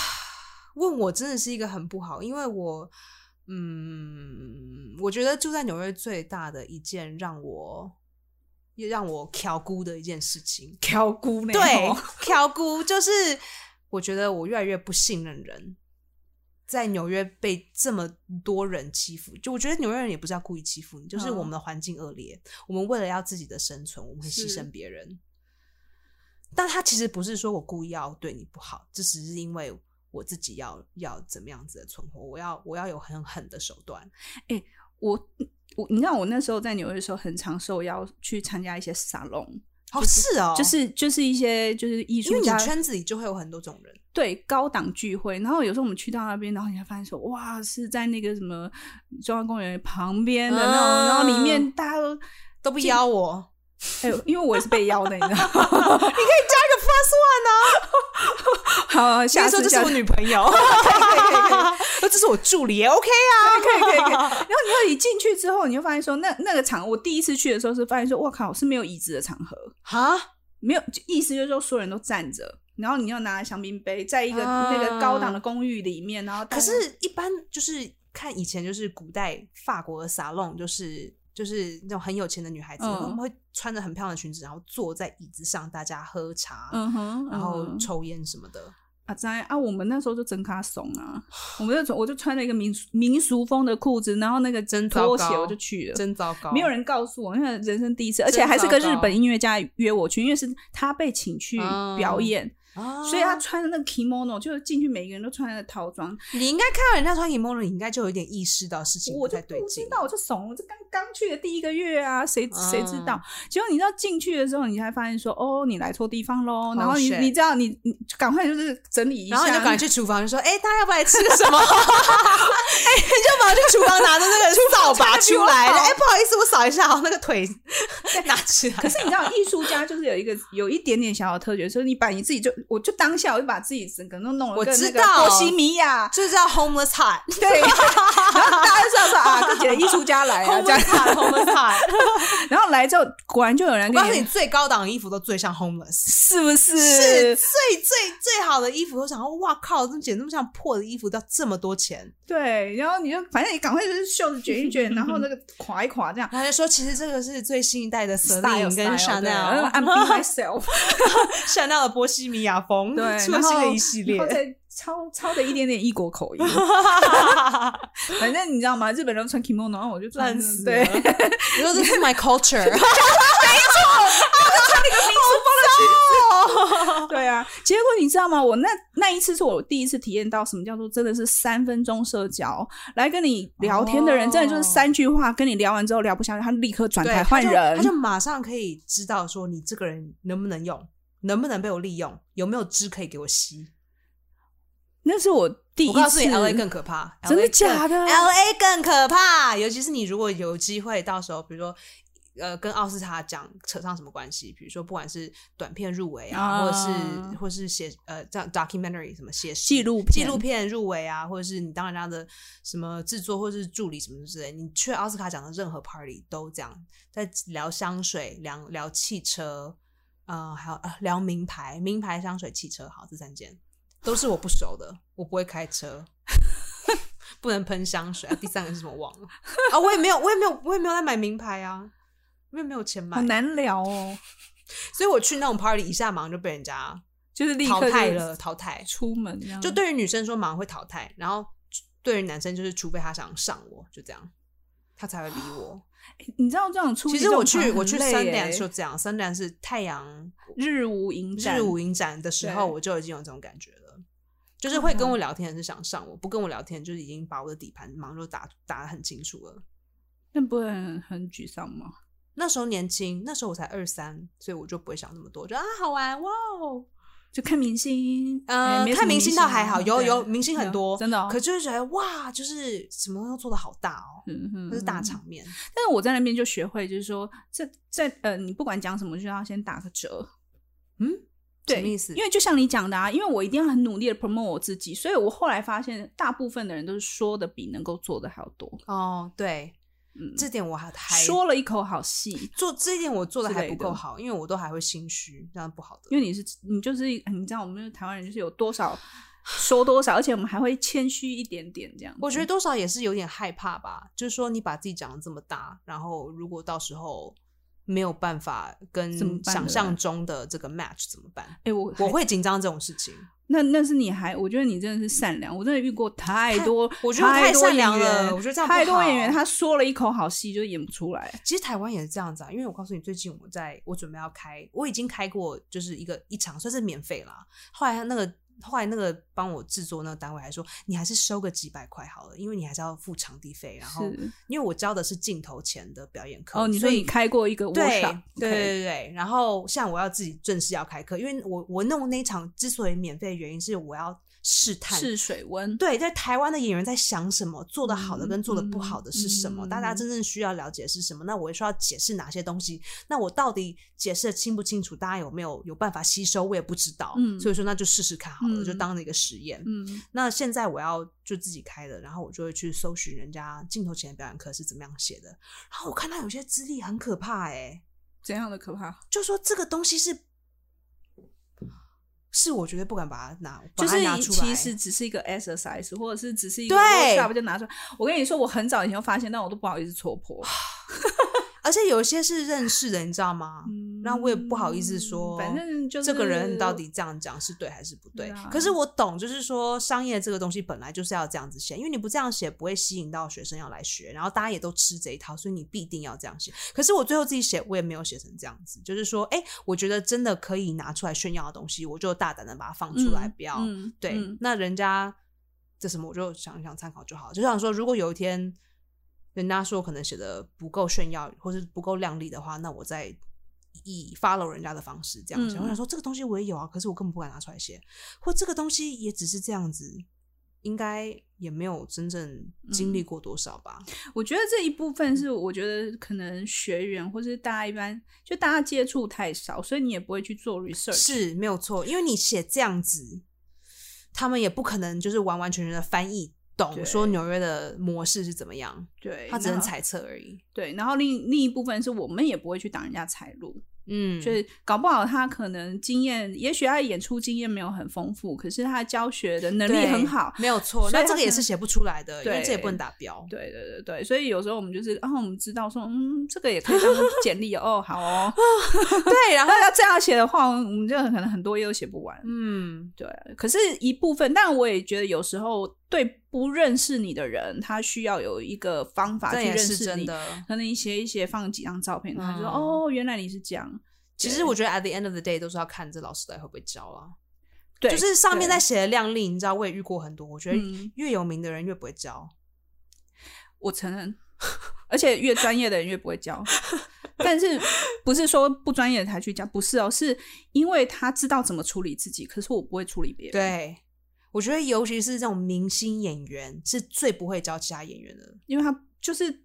Speaker 1: <laughs>
Speaker 2: 问我真的是一个很不好，因为我，嗯，我觉得住在纽约最大的一件让我也让我挑姑的一件事情，
Speaker 1: 挑姑呢？
Speaker 2: 对，挑姑就是我觉得我越来越不信任人。在纽约被这么多人欺负，就我觉得纽约人也不是要故意欺负你，就是
Speaker 1: 嗯
Speaker 2: 我们的环境恶劣，我们为了要自己的生存，我们会牺
Speaker 1: 是
Speaker 2: 牲别人。但他其实不是说我故意要对你不好，这只是因为我自己要要怎么样子的存活，我要我要有很狠的手段。
Speaker 1: 我我你知道我那时候在纽约的时候，很常受邀去参加一些沙龙，
Speaker 2: 哦，是哦，
Speaker 1: 就是就是一些就是艺
Speaker 2: 因为
Speaker 1: 术
Speaker 2: 你
Speaker 1: 家
Speaker 2: 圈子里就会有很多种人，
Speaker 1: 对高档聚会，然后有时候我们去到那边，然后你才发现说，哇，是在那个什么中央公园旁边的那种，
Speaker 2: 嗯
Speaker 1: 然后里面大家都，
Speaker 2: 都不邀我，
Speaker 1: 哎呦，因为我也是被邀的，你知道吗？ <laughs>
Speaker 2: 哦
Speaker 1: 好，
Speaker 2: 现
Speaker 1: 下
Speaker 2: 在说
Speaker 1: 次
Speaker 2: 这是
Speaker 1: 下 <laughs>
Speaker 2: 我
Speaker 1: 次，
Speaker 2: 女朋友， <laughs> 那呃这是我助理耶
Speaker 1: <laughs>
Speaker 2: ，OK 啊，
Speaker 1: 可以可以可以。然后你会一进去之后，你就发现说，那那个场，我第一次去的时候是发现说，我靠，是没有椅子的场合，
Speaker 2: 哈，
Speaker 1: 没有就意思就是说所有人都站着。然后你要拿香槟杯，在一个
Speaker 2: 啊
Speaker 1: 那个高档的公寓里面，然后大
Speaker 2: 可
Speaker 1: 家
Speaker 2: 是，一般就是看以前就是古代法国的沙龙，就是就是那种很有钱的女孩子，
Speaker 1: 嗯
Speaker 2: 她们会穿着很漂亮的裙子，然后坐在椅子上，大家喝茶，
Speaker 1: 嗯哼，
Speaker 2: 然后
Speaker 1: 嗯
Speaker 2: 抽烟什么的。
Speaker 1: 啊，在啊，我们那时候就真卡怂
Speaker 2: <sighs>
Speaker 1: 啊，我们就穿我就穿了一个民俗民俗风的裤子，然后那个真
Speaker 2: 糟
Speaker 1: 拖鞋
Speaker 2: 糕
Speaker 1: 我就去了。
Speaker 2: 真糟糕，
Speaker 1: 没有人告诉我，因为人生第一次，而
Speaker 2: 真
Speaker 1: 且还是个
Speaker 2: 糟
Speaker 1: 日
Speaker 2: 糕
Speaker 1: 本音乐家约我去，因为是他被请去
Speaker 2: 嗯
Speaker 1: 表演，
Speaker 2: 啊，
Speaker 1: 所以他穿的那个 kimono 就是进去，每个人都穿的套装，
Speaker 2: 你应该看到人家穿 kimono，你应该就有点意识到事情
Speaker 1: 我就
Speaker 2: 太对
Speaker 1: 不
Speaker 2: 劲
Speaker 1: 知。道，我就怂了，我这刚刚去的第一个月啊，谁谁知
Speaker 2: 嗯
Speaker 1: 道？结果你知道进去的时候，你才发现说，哦，你来错地方喽，然后你
Speaker 2: shit
Speaker 1: 你知道你你赶快就是整理一下，
Speaker 2: 然后你就赶快去厨房，就说：“哎、大家要不要来吃个什 <laughs> 么？”哎、你就马上去厨房拿着那个扫把出 <laughs> 来，
Speaker 1: 穿得比我好
Speaker 2: 哎、不好意思，我扫一下，哦，那个腿 <laughs> 拿起来。
Speaker 1: 可是你知道，艺术家就是有一个有一点点小小的特权，所以你把你自己就，我就当下我就把自己整个都弄了，
Speaker 2: 我
Speaker 1: 跟
Speaker 2: 知
Speaker 1: 那个
Speaker 2: 道
Speaker 1: 波西米
Speaker 2: <laughs>
Speaker 1: 亚，
Speaker 2: 就是叫 homeless hut，
Speaker 1: 对， <laughs> 然后大家就知道说啊，这几个艺术家来
Speaker 2: <laughs>
Speaker 1: 啊，这样
Speaker 2: homeless，hut，homeless <laughs> hut。
Speaker 1: <laughs> 然后来之后，果然就有人
Speaker 2: 我
Speaker 1: 跟
Speaker 2: 告诉你，最高档的衣服都最像 homeless，
Speaker 1: 是不是？
Speaker 2: 是最最最好的衣服。我想说，哇靠，这简直那么像破的衣服，要这么多钱？
Speaker 1: 对，然后你就反正你赶快就是袖子卷一卷，然后那个
Speaker 2: <laughs>
Speaker 1: 垮一垮这样。
Speaker 2: 然后就说，其实这个是最新一代的 Celine
Speaker 1: Style，
Speaker 2: 跟
Speaker 1: style，对然后
Speaker 2: <laughs> Chanel，
Speaker 1: I'm be myself，
Speaker 2: Chanel 的波西米亚风，
Speaker 1: 对， <laughs>
Speaker 2: 出了
Speaker 1: 然
Speaker 2: 新
Speaker 1: 后
Speaker 2: 的一 <laughs> 系列
Speaker 1: 然。后 <laughs> 再抄抄的一点点异国口
Speaker 2: <laughs>
Speaker 1: 音，反正你知道吗？日本人都穿 kimono，然后我就穿
Speaker 2: 烂死了！
Speaker 1: 对，
Speaker 2: <laughs> 你说这是 my culture，
Speaker 1: <laughs> 对啊，结果你知道吗？我那那一次是我第一次体验到什么叫做真的是三分钟社交，来跟你聊天的人，
Speaker 2: 哦
Speaker 1: 真的就是三句话，跟你聊完之后聊不下去，他立刻转
Speaker 2: 对，
Speaker 1: 台换
Speaker 2: 他就他就
Speaker 1: 人。
Speaker 2: 马上可以知道说你这个人能不能用，能不能被我利用，有没有汁可以给我吸。
Speaker 1: 那是我第一
Speaker 2: 我
Speaker 1: 次。
Speaker 2: 告诉你，LA 更可怕，
Speaker 1: 真的
Speaker 2: LA 更
Speaker 1: 假的
Speaker 2: ？LA 更可怕，尤其是你如果有机会，到时候比如说。呃，跟奥斯卡奖扯上什么关系？比如说，不管是短片入围啊，
Speaker 1: 啊
Speaker 2: 或者是或是写呃这样 documentary 什么写实
Speaker 1: 纪录片
Speaker 2: 纪录片入围啊，或者是你当人家的什么制作或是助理什么之类，你去奥斯卡奖的任何 party 都这样，在聊香水、聊聊汽车，呃，还有、呃、聊名牌、名牌香水、汽车，好，这三件都是我不熟的，我不会
Speaker 1: <laughs>
Speaker 2: 开车，不能喷香水、啊。第三个是什么忘
Speaker 1: <laughs>
Speaker 2: 了啊？我也没有，我也没有，我也没有在买名牌啊，因为没有钱买
Speaker 1: 好，难聊哦，
Speaker 2: 所以我去那种 party 一下忙就被人家
Speaker 1: 就是立
Speaker 2: 淘
Speaker 1: 刻
Speaker 2: 汰
Speaker 1: 就
Speaker 2: 了，淘汰。
Speaker 1: 出门这样
Speaker 2: 就对于女生说忙会淘汰，然后对于男生就是除非他想上我，就这样。他才会理
Speaker 1: <gasps>
Speaker 2: 我。
Speaker 1: 你知道这种出
Speaker 2: 其实我去我去
Speaker 1: 三
Speaker 2: 三点就这样，三点是太阳
Speaker 1: 日无影展，
Speaker 2: 日无影展的时候，
Speaker 1: 对嗯
Speaker 2: 我就已经有这种感觉了。就是会跟我聊天的是想上我，不跟我聊天就是已经把我的底盘马上就打打得很清楚了。
Speaker 1: 那不会很很沮丧吗？
Speaker 2: 那时候年轻，那时候我才二三，所以我就不会想那么多，就啊好玩哇哦。
Speaker 1: 就看明星，
Speaker 2: 呃
Speaker 1: 哎，没什么
Speaker 2: 看明星倒还好，
Speaker 1: 啊
Speaker 2: 有
Speaker 1: 对
Speaker 2: 有明星很多，
Speaker 1: 有真的哦
Speaker 2: 可就是觉得哇，就是什么都做的好大哦，
Speaker 1: 嗯哼
Speaker 2: 都是大
Speaker 1: 嗯
Speaker 2: 场面。
Speaker 1: 但是我在那边就学会，就是说，这在呃，你不管讲什么，就要先打个折。
Speaker 2: 嗯，
Speaker 1: 对，
Speaker 2: 什么意思
Speaker 1: 因为就像你讲的啊，因为我一定要很努力的 promote 我自己，所以我后来发现，大部分的人都是说的比能够做的还要多。
Speaker 2: 哦，对，
Speaker 1: 嗯，
Speaker 2: 这点我还还
Speaker 1: 说了一口好戏，
Speaker 2: 做这一点我做的
Speaker 1: 之
Speaker 2: 还
Speaker 1: 类
Speaker 2: 不够
Speaker 1: 的
Speaker 2: 好，因为我都还会心虚，这样不好的。
Speaker 1: 因为你是你就是一你知道，我们台湾人就是有多少说多少，而且我们还会谦虚一点点这样子。
Speaker 2: 我觉得多少也是有点害怕吧，就是说你把自己讲的这么大，然后如果到时候没有办法
Speaker 1: 怎么
Speaker 2: 跟
Speaker 1: 办
Speaker 2: 想
Speaker 1: 对
Speaker 2: 象中的这个 match 怎么办？
Speaker 1: 哎、我
Speaker 2: 我
Speaker 1: 我
Speaker 2: 会紧张这种事情，
Speaker 1: 那那是你还，我觉得你真的是善良，我真的遇过太
Speaker 2: 太
Speaker 1: 多，
Speaker 2: 我觉得太
Speaker 1: 多
Speaker 2: 善良
Speaker 1: 演员
Speaker 2: 了我觉得这样不
Speaker 1: 太多演员
Speaker 2: 好
Speaker 1: 他说了一口好戏就演不出来。
Speaker 2: 其实台湾也是这样子啊，因为我告诉你，最近我在我准备要开，我已经开过就是一个一场，算是免费啦。后来那个后来那个帮我制作那个单位还说，你还是收个几百块好了，因为你还是要付场地费。 <laughs> 然后
Speaker 1: 是
Speaker 2: 因为我教的是镜头前的表演课，
Speaker 1: 哦，你说
Speaker 2: 所以
Speaker 1: 你开过一个
Speaker 2: 对
Speaker 1: workshop，
Speaker 2: 对对对对，然后像我要自己正式要开课，因为我我弄那一场之所以免费，原因是我要试探
Speaker 1: 试水温，
Speaker 2: 对，在台湾的演员在想什么，做的好的
Speaker 1: 嗯
Speaker 2: 跟做的不好的是什么，
Speaker 1: 嗯
Speaker 2: 大家
Speaker 1: 嗯
Speaker 2: 真正需要了解的是什么？那我需要解释哪些东西？那我到底解释的清不清楚？大家有没有有办法吸收？我也不知道，
Speaker 1: 嗯
Speaker 2: 所以说那就试试看好了，就
Speaker 1: 嗯
Speaker 2: 当了一个实验。
Speaker 1: 嗯，
Speaker 2: 那现在我要就自己开的，然后我就会去搜寻人家镜头前的表演课是怎么样写的，然后我看到有些资历很可怕哎、
Speaker 1: 怎样的可怕？
Speaker 2: 就说这个东西是。是我绝对不敢把它拿，把
Speaker 1: 就
Speaker 2: 它
Speaker 1: 是
Speaker 2: 拿
Speaker 1: 以
Speaker 2: 出
Speaker 1: 其
Speaker 2: 来
Speaker 1: 实只是一个 exercise，或者是只是一个
Speaker 2: 对
Speaker 1: workshop 就拿出来。我跟你说，我很早以前就发现，但我都不好意思戳破。
Speaker 2: 而且有一些是认识的，你知道吗？
Speaker 1: 嗯
Speaker 2: 那我也不好意思说
Speaker 1: 反正就是
Speaker 2: 这个人到底这样讲是对还是不对？
Speaker 1: 对啊
Speaker 2: 可是我懂，就是说商业这个东西本来就是要这样子写，因为你不这样写，不会吸引到学生要来学，然后大家也都吃这一套，所以你必定要这样写。可是我最后自己写，我也没有写成这样子，就是说，哎、我觉得真的可以拿出来炫耀的东西，我就大胆的把它放出来，
Speaker 1: 嗯
Speaker 2: 不要、
Speaker 1: 嗯
Speaker 2: 对。
Speaker 1: 嗯
Speaker 2: 那人家这什么，我就想一想参考就好。就想说，如果有一天人家说可能写的不够炫耀，或是不够亮丽的话，那我再以 follow 人家的方式这样想。
Speaker 1: 嗯
Speaker 2: 我想说，这个东西我也有啊，可是我根本不敢拿出来写，或这个东西也只是这样子，应该也没有真正经
Speaker 1: 嗯
Speaker 2: 历过多少吧。
Speaker 1: 我觉得这一部分是，我觉得可能学员或是大家一般就大家接触太少，所以你也不会去做 research。
Speaker 2: 是没有错，因为你写这样子，他们也不可能就是完完全全的翻译懂
Speaker 1: 对
Speaker 2: 说纽约的模式是怎么样，
Speaker 1: 对，
Speaker 2: 他只能
Speaker 1: 然后
Speaker 2: 猜测而已。
Speaker 1: 对，然后另另一部分是我们也不会去挡人家财路，
Speaker 2: 嗯，
Speaker 1: 就是搞不好他可能经验，也许他的演出经验没有很丰富，可是他教学的能力
Speaker 2: 对
Speaker 1: 很好。
Speaker 2: 没有
Speaker 1: 所
Speaker 2: 错。
Speaker 1: 以
Speaker 2: 那
Speaker 1: 他
Speaker 2: 这个也
Speaker 1: 可能
Speaker 2: 是写不出来的，因为
Speaker 1: 对
Speaker 2: 这也不能达标。
Speaker 1: 对对对对，所以有时候我们就是，啊，我们知道说，嗯，这个也可以
Speaker 2: <laughs>
Speaker 1: 当简历哦，好哦。
Speaker 2: 对，
Speaker 1: 然
Speaker 2: 然
Speaker 1: 后要这样写的话，我们就可能很多页都写不完。
Speaker 2: 嗯，
Speaker 1: 对，可是一部分，但我也觉得有时候对不认识你的人，他需要有一个方法
Speaker 2: 这
Speaker 1: 啊去
Speaker 2: 也
Speaker 1: 认
Speaker 2: 是
Speaker 1: 识
Speaker 2: 真
Speaker 1: 你。
Speaker 2: 的。
Speaker 1: 可能你写一写，放几张照片，他就说：“
Speaker 2: 嗯
Speaker 1: 哦，原来你是这样。
Speaker 2: 其实我觉得 at the end of the day 都是要看这老师到底会不会教啊。”
Speaker 1: 对，
Speaker 2: 就是上面在
Speaker 1: 对
Speaker 2: 写的靓丽，你知道我也遇过很多，我觉得
Speaker 1: 嗯，
Speaker 2: 越有名的人越不会教。
Speaker 1: 我承认，而且越专业的人越不会教。 <laughs> 但是不是说不专业的才去教？不是哦，是因为他知道怎么处理自己，可是我不会处理别人。，
Speaker 2: 对，我觉得尤其是这种明星演员是最不会教其他演员的。
Speaker 1: 因为他就是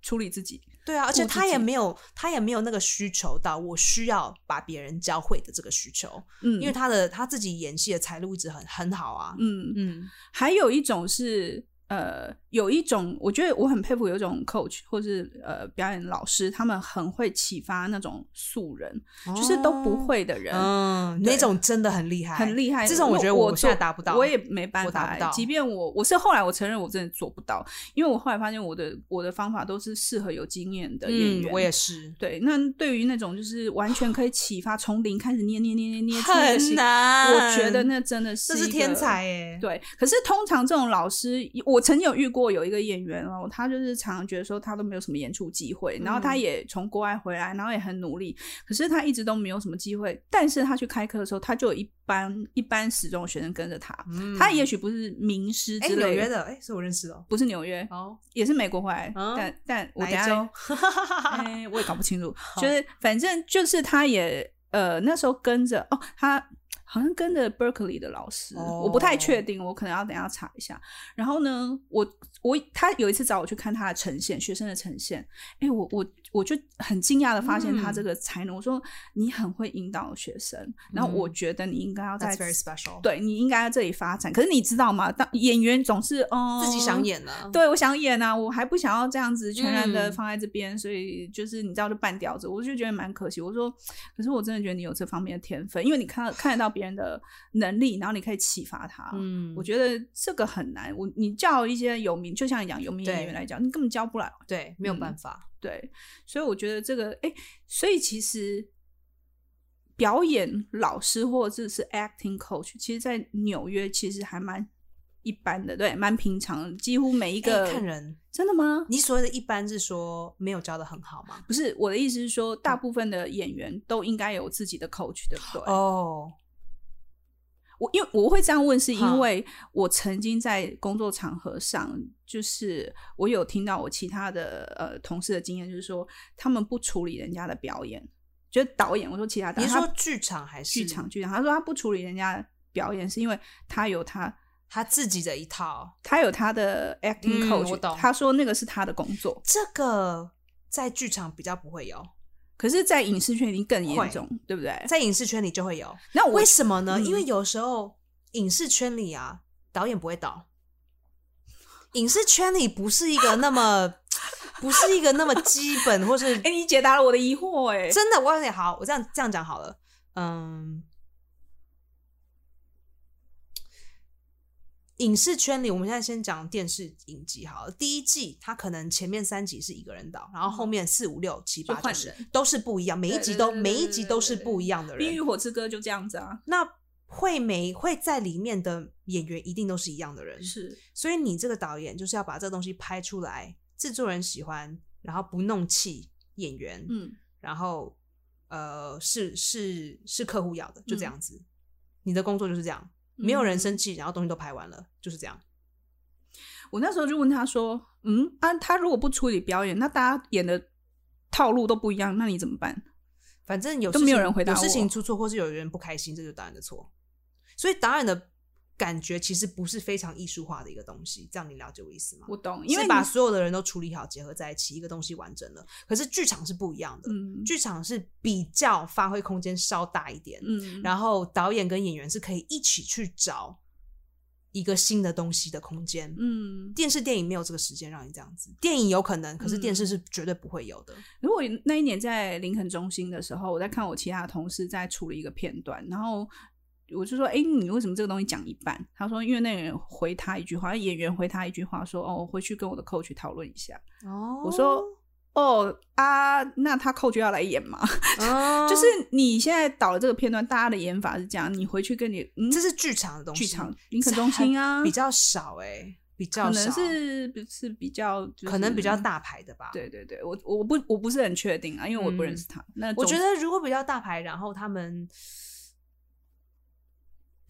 Speaker 1: 处理自己。
Speaker 2: 对啊，而且
Speaker 1: 顾自
Speaker 2: 他也
Speaker 1: 己
Speaker 2: 没有他也没有那个需求到我需要把别人教会的这个需求，
Speaker 1: 嗯，
Speaker 2: 因为他的他自己演戏的财路一直很很好啊。
Speaker 1: 嗯，
Speaker 2: 嗯，
Speaker 1: 还有一种是呃，有一种我觉得我很佩服，有一种 coach 或是呃表演老师，他们很会启发那种素人，就是都不
Speaker 2: 哦
Speaker 1: 会的人。
Speaker 2: 嗯，
Speaker 1: 对
Speaker 2: 那种真的很厉害，
Speaker 1: 很厉害，
Speaker 2: 这种我觉得
Speaker 1: 我
Speaker 2: 我现在
Speaker 1: 做
Speaker 2: 达不到，
Speaker 1: 我也没办
Speaker 2: 我
Speaker 1: 法、
Speaker 2: 达不到
Speaker 1: 即便我我是后来我承认我真的做不到，因为我后来发现我的我的方法都是适合有经验的演
Speaker 2: 嗯，
Speaker 1: 员。
Speaker 2: 我也是，
Speaker 1: 对，那对于那种就是完全可以启发，从零开始捏捏捏捏捏出一个
Speaker 2: 很
Speaker 1: 形
Speaker 2: 难，
Speaker 1: 我觉得那真的是
Speaker 2: 这是
Speaker 1: 一
Speaker 2: 天
Speaker 1: 个
Speaker 2: 才哎，
Speaker 1: 对，可是通常这种老师，我我曾经有遇过有一个演员哦，他就是常常觉得说他都没有什么演出机会，然
Speaker 2: 嗯
Speaker 1: 后他也从国外回来，然后也很努力，可是他一直都没有什么机会。但是他去开课的时候，他就有一班一班始终学生跟着他，
Speaker 2: 嗯
Speaker 1: 他也许不是名师
Speaker 2: 哎
Speaker 1: 之
Speaker 2: 纽
Speaker 1: 类
Speaker 2: 约
Speaker 1: 的，
Speaker 2: 的哎，是我认识的哦
Speaker 1: 不是纽约，
Speaker 2: 哦，
Speaker 1: 也是美国回来，
Speaker 2: 嗯
Speaker 1: 但但我
Speaker 2: 哪
Speaker 1: 等
Speaker 2: 一
Speaker 1: 一下
Speaker 2: 周？ <laughs>
Speaker 1: 哎、我也搞不清楚，就是反正就是他也呃那时候跟着哦，他好像跟着 Berkeley 的老师，
Speaker 2: 哦
Speaker 1: 我不太确定，我可能要等一下查一下。然后呢，我我他有一次找我去看他的呈现，学生的呈现，哎、我我我就很惊讶的发现
Speaker 2: 嗯
Speaker 1: 他这个才能，我说你很会引导学生，然后我觉得你应该要在
Speaker 2: 嗯 That's。very special。，
Speaker 1: <laughs> 对你应该在这里发展，可是你知道吗？当演员总是嗯，
Speaker 2: 自己想演呢。
Speaker 1: 对，我想演啊，我还不想要这样子全然的
Speaker 2: 嗯
Speaker 1: 放在这边，所以就是你知道就半吊子，我就觉得蛮可惜。我说，可是我真的觉得你有这方面的天分，因为你看到看得到别人的能力，然后你可以启发他。
Speaker 2: 嗯，
Speaker 1: 我觉得这个很难，我你叫一些有名，就像你讲有名演员
Speaker 2: 对
Speaker 1: 来讲，你根本教不来。
Speaker 2: 对没有
Speaker 1: 嗯
Speaker 2: 办法。
Speaker 1: 对，所以我觉得这个，哎，所以其实表演老师或者是 acting coach，其实，在纽约其实还蛮一般的，对，蛮平常的，几乎每一
Speaker 2: 一
Speaker 1: 个、
Speaker 2: 哎看人，
Speaker 1: 真的吗？
Speaker 2: 你所谓的一般是说没有教的很好吗？
Speaker 1: 不是我的意思是说，大
Speaker 2: 嗯
Speaker 1: 部分的演员都应该有自己的 coach，对不对？
Speaker 2: 哦，
Speaker 1: 我因为我会这样问，是
Speaker 2: 哈
Speaker 1: 因为我曾经在工作场合上，就是我有听到我其他的呃同事的经验，就是说他们不处理人家的表演，就是导演，我说其他导
Speaker 2: 你
Speaker 1: 演，
Speaker 2: 是说
Speaker 1: 他
Speaker 2: 剧场还是
Speaker 1: 剧场？剧场，他说他不处理人家的表演，是因为他有他
Speaker 2: 他自己的一套？
Speaker 1: 他有他的 acting
Speaker 2: 嗯
Speaker 1: coach，、
Speaker 2: 我懂
Speaker 1: 他说那个是他的工作，
Speaker 2: 这个在剧场比较不会有，
Speaker 1: 可是，在影视圈已经更
Speaker 2: 会
Speaker 1: 严重，对不对？
Speaker 2: 在影视圈里就会有。
Speaker 1: 那我
Speaker 2: 为什么呢？
Speaker 1: 嗯
Speaker 2: 因为有时候影视圈里啊，导演不会导，影视圈里不是一个
Speaker 1: <laughs>
Speaker 2: 那么不是一个那么基本，或是
Speaker 1: 哎、你解答了我的疑惑、哎，
Speaker 2: 真的，我告诉你，好，我这样这样讲好了，嗯。影视圈里，我们现在先讲电视影集好了。第一季它可能前面三集是一个人导，然后后面四五六七
Speaker 1: 嗯就
Speaker 2: 八九
Speaker 1: 换
Speaker 2: 十
Speaker 1: 人
Speaker 2: 都是不一样，每一
Speaker 1: 对
Speaker 2: 集
Speaker 1: 对
Speaker 2: 都
Speaker 1: 对对
Speaker 2: 每
Speaker 1: 对
Speaker 2: 一
Speaker 1: 对
Speaker 2: 集
Speaker 1: 对
Speaker 2: 都
Speaker 1: 对
Speaker 2: 是
Speaker 1: 对
Speaker 2: 不一样的
Speaker 1: 《
Speaker 2: 人。
Speaker 1: 冰与火之歌》就这样子啊，
Speaker 2: 那会没会在里面的演员一定都是一样的人，
Speaker 1: 是
Speaker 2: 所以你这个导演就是要把这东西拍出来，制作人喜欢，然后不弄弃演员，
Speaker 1: 嗯，
Speaker 2: 然后呃是是是客户要的，
Speaker 1: 嗯
Speaker 2: 就这样子。你的工作就是这样，没有人生气，然后东西都拍完了，就是这样。
Speaker 1: 我那时候就问他说：“嗯啊，他如果不处理表演，那大家演的套路都不一样，那你怎么办
Speaker 2: 反正有
Speaker 1: 都
Speaker 2: 事
Speaker 1: 没有
Speaker 2: 情
Speaker 1: 人回答
Speaker 2: 有事
Speaker 1: 我
Speaker 2: 情出错，或是有人不开心，这就是导演的错。所以导演的感觉其实不是非常艺术化的一个东西，这样你了解我意思吗？？”
Speaker 1: 我懂，因为
Speaker 2: 因为
Speaker 1: 你
Speaker 2: 把所有的人都处理好，结合在一起，一个东西完整了。可是剧场是不一样的，
Speaker 1: 嗯
Speaker 2: 剧场是比较发挥空间稍大一点，
Speaker 1: 嗯，
Speaker 2: 然后导演跟演员是可以一起去找一个新的东西的空间。
Speaker 1: 嗯，
Speaker 2: 电视电影没有这个时间让你这样子，电影有可能，可是
Speaker 1: 嗯
Speaker 2: 电视是绝对不会有的。
Speaker 1: 如果那一年在林肯中心的时候，我在看我其他的同事在处理一个片段，然后我就说：“哎、你为什么这个东西讲一半？”他说：“因为那个人回他一句话，演员回他一句话说：‘哦，我回去跟我的 coach 讨论一下。’
Speaker 2: 哦
Speaker 1: 我说：‘哦啊，那他 coach 要来演吗？’”
Speaker 2: <laughs>
Speaker 1: 就是
Speaker 2: 嗯
Speaker 1: 你现在导的这个片段，大家的演法是这样，你回去跟你嗯，
Speaker 2: 这是剧场的东西，
Speaker 1: 剧场林肯中心啊，
Speaker 2: 比较少哎、比较
Speaker 1: 可
Speaker 2: 少，
Speaker 1: 能是不是比较、就是
Speaker 2: 可能比较。大牌的吧。
Speaker 1: 对对对，我我不我不是很确定啊，因为我不认识他。那
Speaker 2: 嗯我
Speaker 1: 总
Speaker 2: 觉得如果比较大牌，然后他们，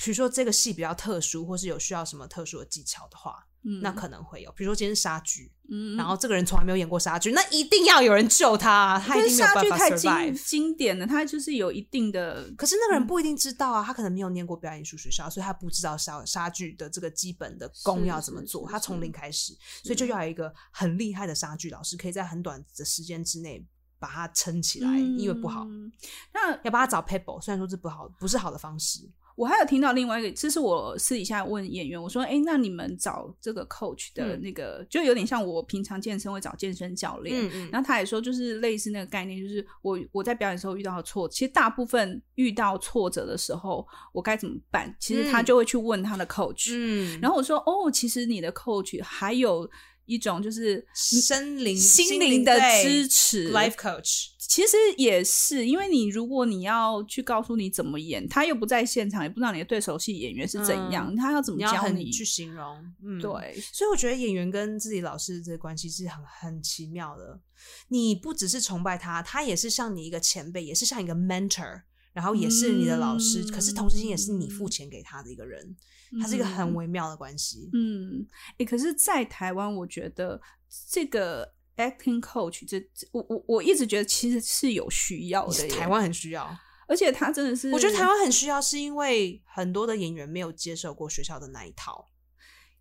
Speaker 2: 比如说这个戏比较特殊，或是有需要什么特殊的技巧的话，
Speaker 1: 嗯
Speaker 2: 那可能会有。比如说今天是杀剧，
Speaker 1: 嗯，
Speaker 2: 然后这个人从来没有演过杀剧，那一定要有人救他，他一
Speaker 1: 但是
Speaker 2: 定没有
Speaker 1: 莎
Speaker 2: 办
Speaker 1: 剧
Speaker 2: 法
Speaker 1: 太经
Speaker 2: survive。
Speaker 1: 经典了，它就是有一定的
Speaker 2: 可是那个人不一定知道啊，他可能没有念过表演艺术学校，所以他不知道杀杀剧的这个基本的功
Speaker 1: 是
Speaker 2: 要怎么
Speaker 1: 是
Speaker 2: 做，
Speaker 1: 是
Speaker 2: 他
Speaker 1: 是嗯
Speaker 2: 从零开始，所以就要有一个很厉害的杀剧老师，可以在很短的时间之内把它撑起来，因为不好。
Speaker 1: 嗯那
Speaker 2: 要帮他找 people，虽然说这不好，不是好的方式。
Speaker 1: 我还有听到另外一个，这是我私底下问演员，我说：“哎、那你们找这个 coach 的
Speaker 2: 嗯
Speaker 1: 那个，就有点像我平常健身会找健身教练，
Speaker 2: 嗯
Speaker 1: 然后他也说，就是类似那个概念，就是我我在表演的时候遇到的挫，其实大部分遇到挫折的时候，我该怎么办？其实他
Speaker 2: 嗯
Speaker 1: 就会去问他的 coach。
Speaker 2: 嗯
Speaker 1: 然后
Speaker 2: 后
Speaker 1: 我说，哦，其实你的 coach 还有一种就是
Speaker 2: 身灵
Speaker 1: 心灵的支持。
Speaker 2: ，life coach，
Speaker 1: 其实也是，因为你如果你要去告诉你怎么演，他又不在现场，也不知道你的对手戏演员是怎样，
Speaker 2: 嗯
Speaker 1: 他要怎么
Speaker 2: 你要
Speaker 1: 教
Speaker 2: 很
Speaker 1: 你？
Speaker 2: 去形容，嗯，。
Speaker 1: 对，
Speaker 2: 所以我觉得演员跟自己老师这个关系是很很奇妙的。你不只是崇拜他，他也是像你一个前辈，也是像一个 mentor，然后也是你的老师，
Speaker 1: 嗯
Speaker 2: 可是同时间也是你付钱给他的一个人，他是一个很
Speaker 1: 嗯
Speaker 2: 微妙的关系。
Speaker 1: 嗯，诶，可是，在台湾，我觉得这个 acting coach 这这我我我一直觉得其实是有需要的
Speaker 2: 是
Speaker 1: 耶，
Speaker 2: 台湾很需要，嗯
Speaker 1: 而且他真的是，
Speaker 2: 我觉得台，湾很需要，是因为很多的演员没有接受过学校的那一套。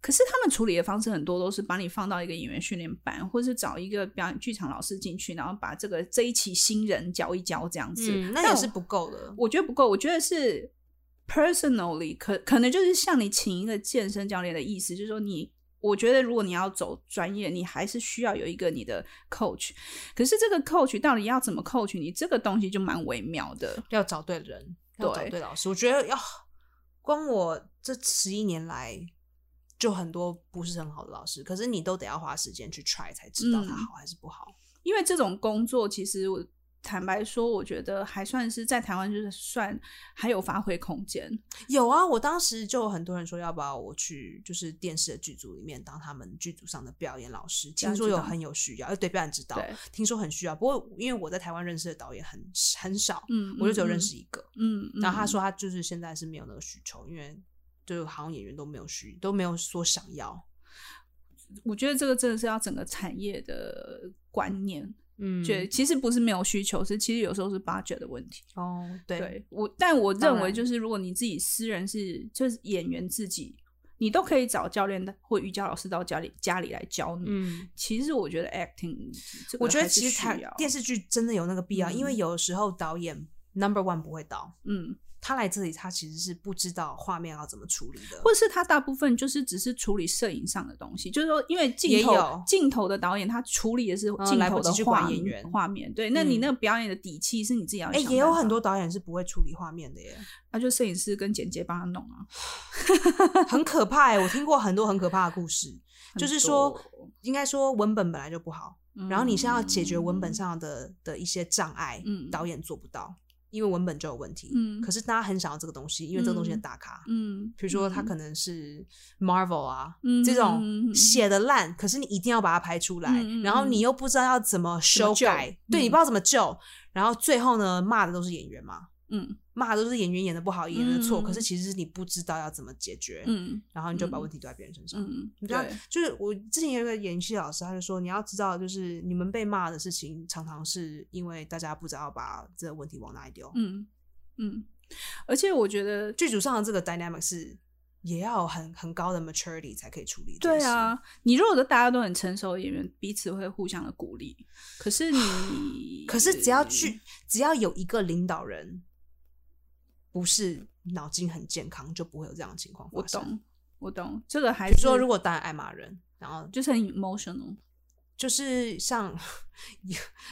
Speaker 1: 可是他们处理的方式很多都是把你放到一个演员训练班，或是找一个表演剧场老师进去，然后把这个这一期新人教一教这样子，
Speaker 2: 嗯那
Speaker 1: 但
Speaker 2: 也
Speaker 1: 我
Speaker 2: 是不够的。
Speaker 1: 我觉得不够，我觉得是 personally 可可能就是像你请一个健身教练的意思，就是说你。我觉得，如果你要走专业，你还是需要有一个你的 coach。可是这个 coach 到底要怎么 coach 你，这个东西就蛮微妙的。
Speaker 2: 要找对人，要找
Speaker 1: 对
Speaker 2: 对老师。我觉得要光我这十一年来，就很多不是很好的老师，可是你都得要花时间去 try 才知道他
Speaker 1: 嗯
Speaker 2: 好还是不好。
Speaker 1: 因为这种工作，其实我坦白说，我觉得还算是在台湾就是算还有发挥空间。
Speaker 2: 有啊，我当时就有很多人说要不要我去，就是电视的剧组里面当他们剧组上的表演老师，
Speaker 1: 表演
Speaker 2: 听说有
Speaker 1: 指导
Speaker 2: 很有需要，呃，对，表演指导
Speaker 1: 对，
Speaker 2: 听说很需要。不过因为我在台湾认识的导演很很少，
Speaker 1: 嗯，
Speaker 2: 我就只有
Speaker 1: 嗯
Speaker 2: 认识，一个。
Speaker 1: 嗯，嗯
Speaker 2: 然后他，说他就是现在是没有那个需求，因为就好像演员都没有需都没有说想要。
Speaker 1: 嗯我觉得这个真的是要整个产业的观念，
Speaker 2: 嗯
Speaker 1: 觉得其实不是没有需求，是其实有时候是 budget 的问题。
Speaker 2: 哦，对，
Speaker 1: 我，但我认
Speaker 2: 当
Speaker 1: 为
Speaker 2: 然
Speaker 1: 就是如果你自己私人是就是演员自己，你都可以找教练的或瑜伽老师到家里家里来教你。
Speaker 2: 嗯，
Speaker 1: 其实我觉得 acting，这个
Speaker 2: 我觉得
Speaker 1: 还是
Speaker 2: 其实
Speaker 1: 需
Speaker 2: 台
Speaker 1: 要
Speaker 2: 电视剧真的有那个必要，因为
Speaker 1: 嗯
Speaker 2: 有的时候导演 number one 不会导，
Speaker 1: 嗯，
Speaker 2: 他来这里他其实是不知道画面要怎么处理的，
Speaker 1: 或是他大部分就是只是处理摄影上的东西，就是说因为镜
Speaker 2: 也
Speaker 1: 头
Speaker 2: 有
Speaker 1: 镜头的导演他处理的是
Speaker 2: 嗯
Speaker 1: 镜
Speaker 2: 来
Speaker 1: 头
Speaker 2: 不及
Speaker 1: 的
Speaker 2: 去管
Speaker 1: 画
Speaker 2: 演
Speaker 1: 面
Speaker 2: 员
Speaker 1: 画面，对，那你
Speaker 2: 嗯
Speaker 1: 那个表演的底气是你自己要
Speaker 2: 哎、
Speaker 1: 想办法。
Speaker 2: 也有很多导演是不会处理画面的耶，
Speaker 1: 那、就摄影师跟剪接帮他弄啊，
Speaker 2: 很可怕耶。我听过很多很可怕的故事，
Speaker 1: 很
Speaker 2: 就是说
Speaker 1: 多，
Speaker 2: 应该说文本本来就不好，然后你现在要解决文本
Speaker 1: 嗯
Speaker 2: 上的的一些障碍，
Speaker 1: 嗯
Speaker 2: 导演做不到，因为文本就有问题。
Speaker 1: 嗯
Speaker 2: 可是大家很想要这个东西，因为这个东西很
Speaker 1: 嗯
Speaker 2: 大咖，
Speaker 1: 嗯，
Speaker 2: 比如说他
Speaker 1: 嗯
Speaker 2: 可能是 Marvel 啊、
Speaker 1: 嗯
Speaker 2: 这
Speaker 1: 嗯嗯
Speaker 2: 种
Speaker 1: 嗯
Speaker 2: 写的烂，可是你一定要把它拍出来，
Speaker 1: 嗯嗯
Speaker 2: 然后你又不知道要怎么修
Speaker 1: 救
Speaker 2: 改，对你
Speaker 1: 嗯
Speaker 2: 不知道怎么救，然后最后呢骂的都是演员嘛。
Speaker 1: 嗯
Speaker 2: 骂的都是演员演的不好，演的错，
Speaker 1: 嗯
Speaker 2: 可是其实是你不知道要怎么解决，
Speaker 1: 嗯
Speaker 2: 然后你就把
Speaker 1: 嗯
Speaker 2: 问题丢在别人身上。
Speaker 1: 嗯，
Speaker 2: 你知道
Speaker 1: 对。，
Speaker 2: 就是我之前有一个演戏老师，他就说你要知道，就是你们被骂的事情，常常是因为大家不知道把这个问题往哪里丢。
Speaker 1: 嗯，嗯，而且我觉得，
Speaker 2: 剧组上的这个 dynamic 是也要有很很高的 maturity 才可以处理。
Speaker 1: 对，啊，你如果都大家都很成熟的演员，彼此会互相的鼓励。可是你，
Speaker 2: <sighs> 可是只要去，只要有一个领导人不是脑筋很健康，就不会有这样的情况
Speaker 1: 我
Speaker 2: 发生。
Speaker 1: 懂，我懂，这个还
Speaker 2: 比
Speaker 1: 是
Speaker 2: 如说，如果导演爱骂人，然后
Speaker 1: 就是很 emotional，
Speaker 2: 就是像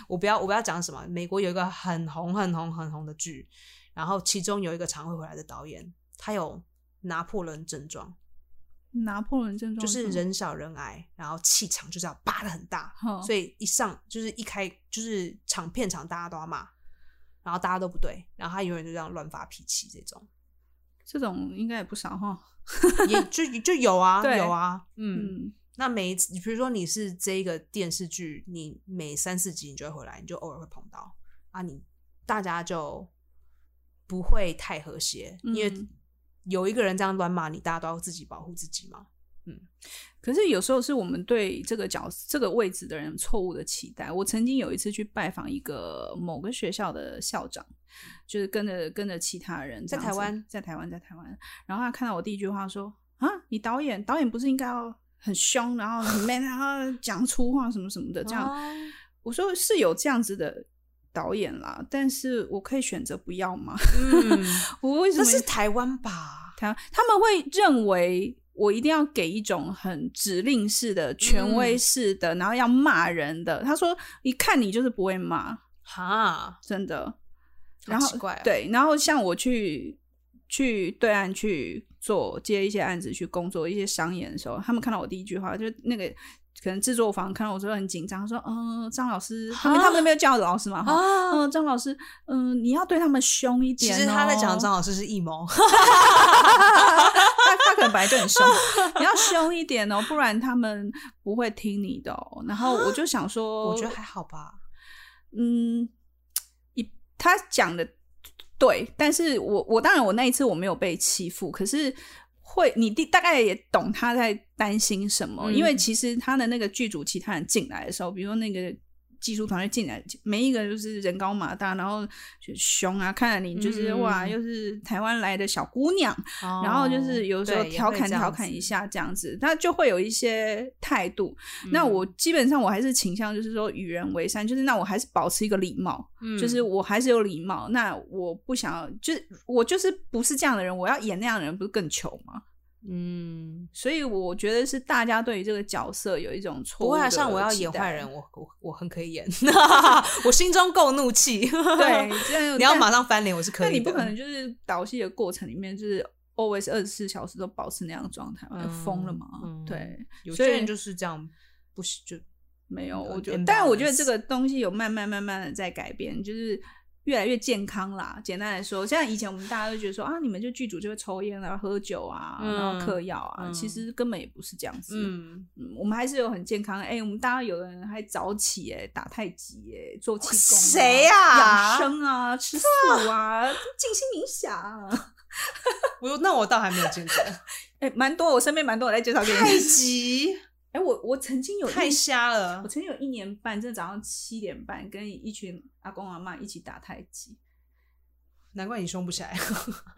Speaker 2: 我不要我不要讲什么，美国有一个很红很红很红的剧，然后其中有一个常会回来的导演，他有拿破仑症状，
Speaker 1: 拿破仑症状
Speaker 2: 就是
Speaker 1: 吗，
Speaker 2: 人小人矮，然后气场就是要扒的很大，
Speaker 1: 哼
Speaker 2: 所以一上就是一开就是场片场大家都要骂，然后大家都不对，然后他永远就这样乱发脾气，这种
Speaker 1: 这种应该也不少哈。
Speaker 2: 也就就有啊
Speaker 1: 对
Speaker 2: 有啊，嗯
Speaker 1: 嗯
Speaker 2: 那每一次，比如说你是这一个电视剧，你每三四集你就会回来，你就偶尔会碰到啊你，大家就不会太和谐，因为
Speaker 1: 嗯
Speaker 2: 有一个人这样乱骂你，大家都要自己保护自己嘛。
Speaker 1: 可是有时候是我们对这个角这个位置的人错误的期待。我曾经有一次去拜访一个某个学校的校长，就是跟着跟着其他人这
Speaker 2: 在
Speaker 1: 样子，
Speaker 2: 台湾
Speaker 1: 在台湾，在台湾。然后他看到我第一句话说：“啊，你导演，导演不是应该要很凶，然后很
Speaker 2: <laughs>
Speaker 1: man，然后讲粗话什么什么的这样。
Speaker 2: 哦
Speaker 1: 我说：“是有这样子的导演啦，但是我可以选择不要吗？ <laughs>
Speaker 2: <laughs> 嗯，
Speaker 1: 我为什
Speaker 2: 这
Speaker 1: 么
Speaker 2: 是台湾吧？
Speaker 1: 他他们会认为我一定要给一种很指令式的、权威
Speaker 2: 嗯
Speaker 1: 式的，然后要骂人的。他说，一看你就是不会骂，
Speaker 2: 哈，
Speaker 1: 真的。
Speaker 2: 好
Speaker 1: 然后、
Speaker 2: 奇怪哦
Speaker 1: 对，然后像我去去对岸去做接一些案子去工作一些商演的时候，他们看到我第一句话就是那个。可能制作方看到我之后很紧张，说：“嗯，张老师，他们
Speaker 2: 啊
Speaker 1: 他们没有叫我老师嘛，哈、
Speaker 2: 啊
Speaker 1: 嗯，张老师，嗯，你要对他们凶一
Speaker 2: 其
Speaker 1: 点、哦。”
Speaker 2: 实他在讲张老师是异谋，
Speaker 1: 他他可能本来就很凶，你要凶一点哦，不然他们不会听你的哦。然后我就想说，
Speaker 2: 我觉得还好吧。
Speaker 1: 嗯，一他讲的对，但是我我当然我那一次我没有被欺负，可是会你第大概也懂他在担心什么，
Speaker 2: 嗯
Speaker 1: 因为其实他的那个剧组其他人进来的时候，比如说那个。技术团队进来，每一个就是人高马大，然后就凶啊，看着你就是、
Speaker 2: 嗯
Speaker 1: 哇，又是台湾来的小姑娘，然后就是有时候
Speaker 2: 哦对也
Speaker 1: 调
Speaker 2: 会
Speaker 1: 侃
Speaker 2: 这样
Speaker 1: 调侃一
Speaker 2: 子
Speaker 1: 下这样子，那就会有一些态度。那
Speaker 2: 嗯
Speaker 1: 我基本上我还是倾向就是说与人为善，就是那我还是保持一个礼貌，
Speaker 2: 嗯
Speaker 1: 就是我还是有礼貌。那我不想要，就是我就是不是这样的人，我要演那样的人，不是更糗吗？
Speaker 2: 嗯，
Speaker 1: 所以我觉得是大家对于这个角色有一种错误。
Speaker 2: 不会啊，像我要演坏人，，我我我很可
Speaker 1: <laughs>
Speaker 2: 以演，我心中够怒气。
Speaker 1: 对，，
Speaker 2: <laughs>
Speaker 1: 这样
Speaker 2: 你要
Speaker 1: 但
Speaker 2: 马上翻脸，我是可以
Speaker 1: 那
Speaker 2: 的。
Speaker 1: 你不可能就是导戏的过程里面就是 always 二十四小时都保持那样的状态吧，
Speaker 2: 嗯
Speaker 1: 疯了吗？
Speaker 2: 嗯
Speaker 1: 对，
Speaker 2: 有
Speaker 1: 所以
Speaker 2: 些人就是这样，不是就
Speaker 1: 没有，
Speaker 2: 有
Speaker 1: 我觉得，
Speaker 2: 点
Speaker 1: 但我觉得
Speaker 2: balance
Speaker 1: 这个东西有慢慢慢慢的在改变，就是越来越健康啦。简单来说，像以前我们大家都觉得说啊，你们就剧组就会抽烟啊、喝酒啊，
Speaker 2: 嗯
Speaker 1: 然后嗑药啊，
Speaker 2: 嗯
Speaker 1: 其实根本也不是这样子。
Speaker 2: 嗯，
Speaker 1: 嗯我们还是有很健康。哎、我们大家有的人还早起、哎，打太极、哎，做气功、
Speaker 2: 谁呀
Speaker 1: 养生啊，吃素啊，静心冥想、啊。
Speaker 2: 我那我倒还没有见
Speaker 1: <laughs>
Speaker 2: 过
Speaker 1: 哎、蛮多，我身边蛮多，我在介绍给你。
Speaker 2: 太极，
Speaker 1: 哎、我我曾经有
Speaker 2: 太
Speaker 1: 一
Speaker 2: 瞎了
Speaker 1: 我。曾经有一年半，真的早上七点半跟一群阿公阿妈一起打太极，
Speaker 2: 难怪你凶不起来，
Speaker 1: <laughs>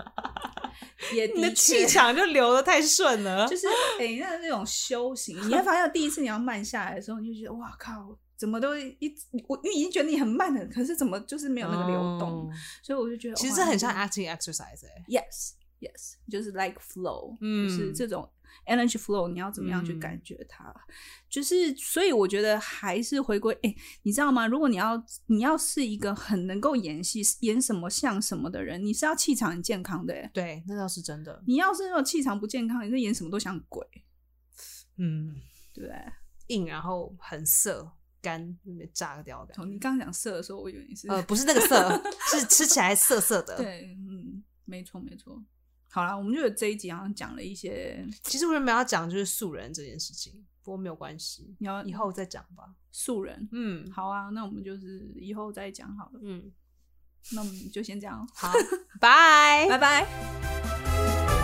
Speaker 1: 也
Speaker 2: <laughs> 你的
Speaker 1: 确
Speaker 2: 气场就流的太顺了。
Speaker 1: 就是哎、那那种修行，你会发现第一次你要慢下来的时候，你就觉得哇靠，怎么都一我因为已经觉得你很慢了，可是怎么就是没有那个流动，
Speaker 2: 哦
Speaker 1: 所以我就觉得
Speaker 2: 其实
Speaker 1: 哇
Speaker 2: 这很像 acting exercise 哎、
Speaker 1: yes yes，就是 like flow，、
Speaker 2: 嗯
Speaker 1: 就是这种 energy flow，你要怎么样去感觉它？就是所以我觉得还是回归，哎、你知道吗？如果你要你要是一个很能够演戏、演什么像什么的人，你是要气场很健康的、哎，
Speaker 2: 对，那倒是真的。
Speaker 1: 你要是那种气场不健康，你在演什么都像鬼，
Speaker 2: 嗯，
Speaker 1: 对不对？
Speaker 2: 硬然后很涩干，炸掉的感觉。
Speaker 1: 从你刚刚讲色的时候，我以为你是、
Speaker 2: 呃，不是那个涩，是吃起来涩涩的。，
Speaker 1: <laughs> 对，嗯，没错没错。好啦，我们就有这一集好像讲了一些，
Speaker 2: 其实我原本要讲就是素人这件事情，不过没有关系，
Speaker 1: 你要
Speaker 2: 以后再讲吧。
Speaker 1: 素人。
Speaker 2: 嗯
Speaker 1: 好啊，那我们就是以后再讲好了。
Speaker 2: 嗯，
Speaker 1: 哦那我们就先这样，
Speaker 2: 好，拜
Speaker 1: 拜拜。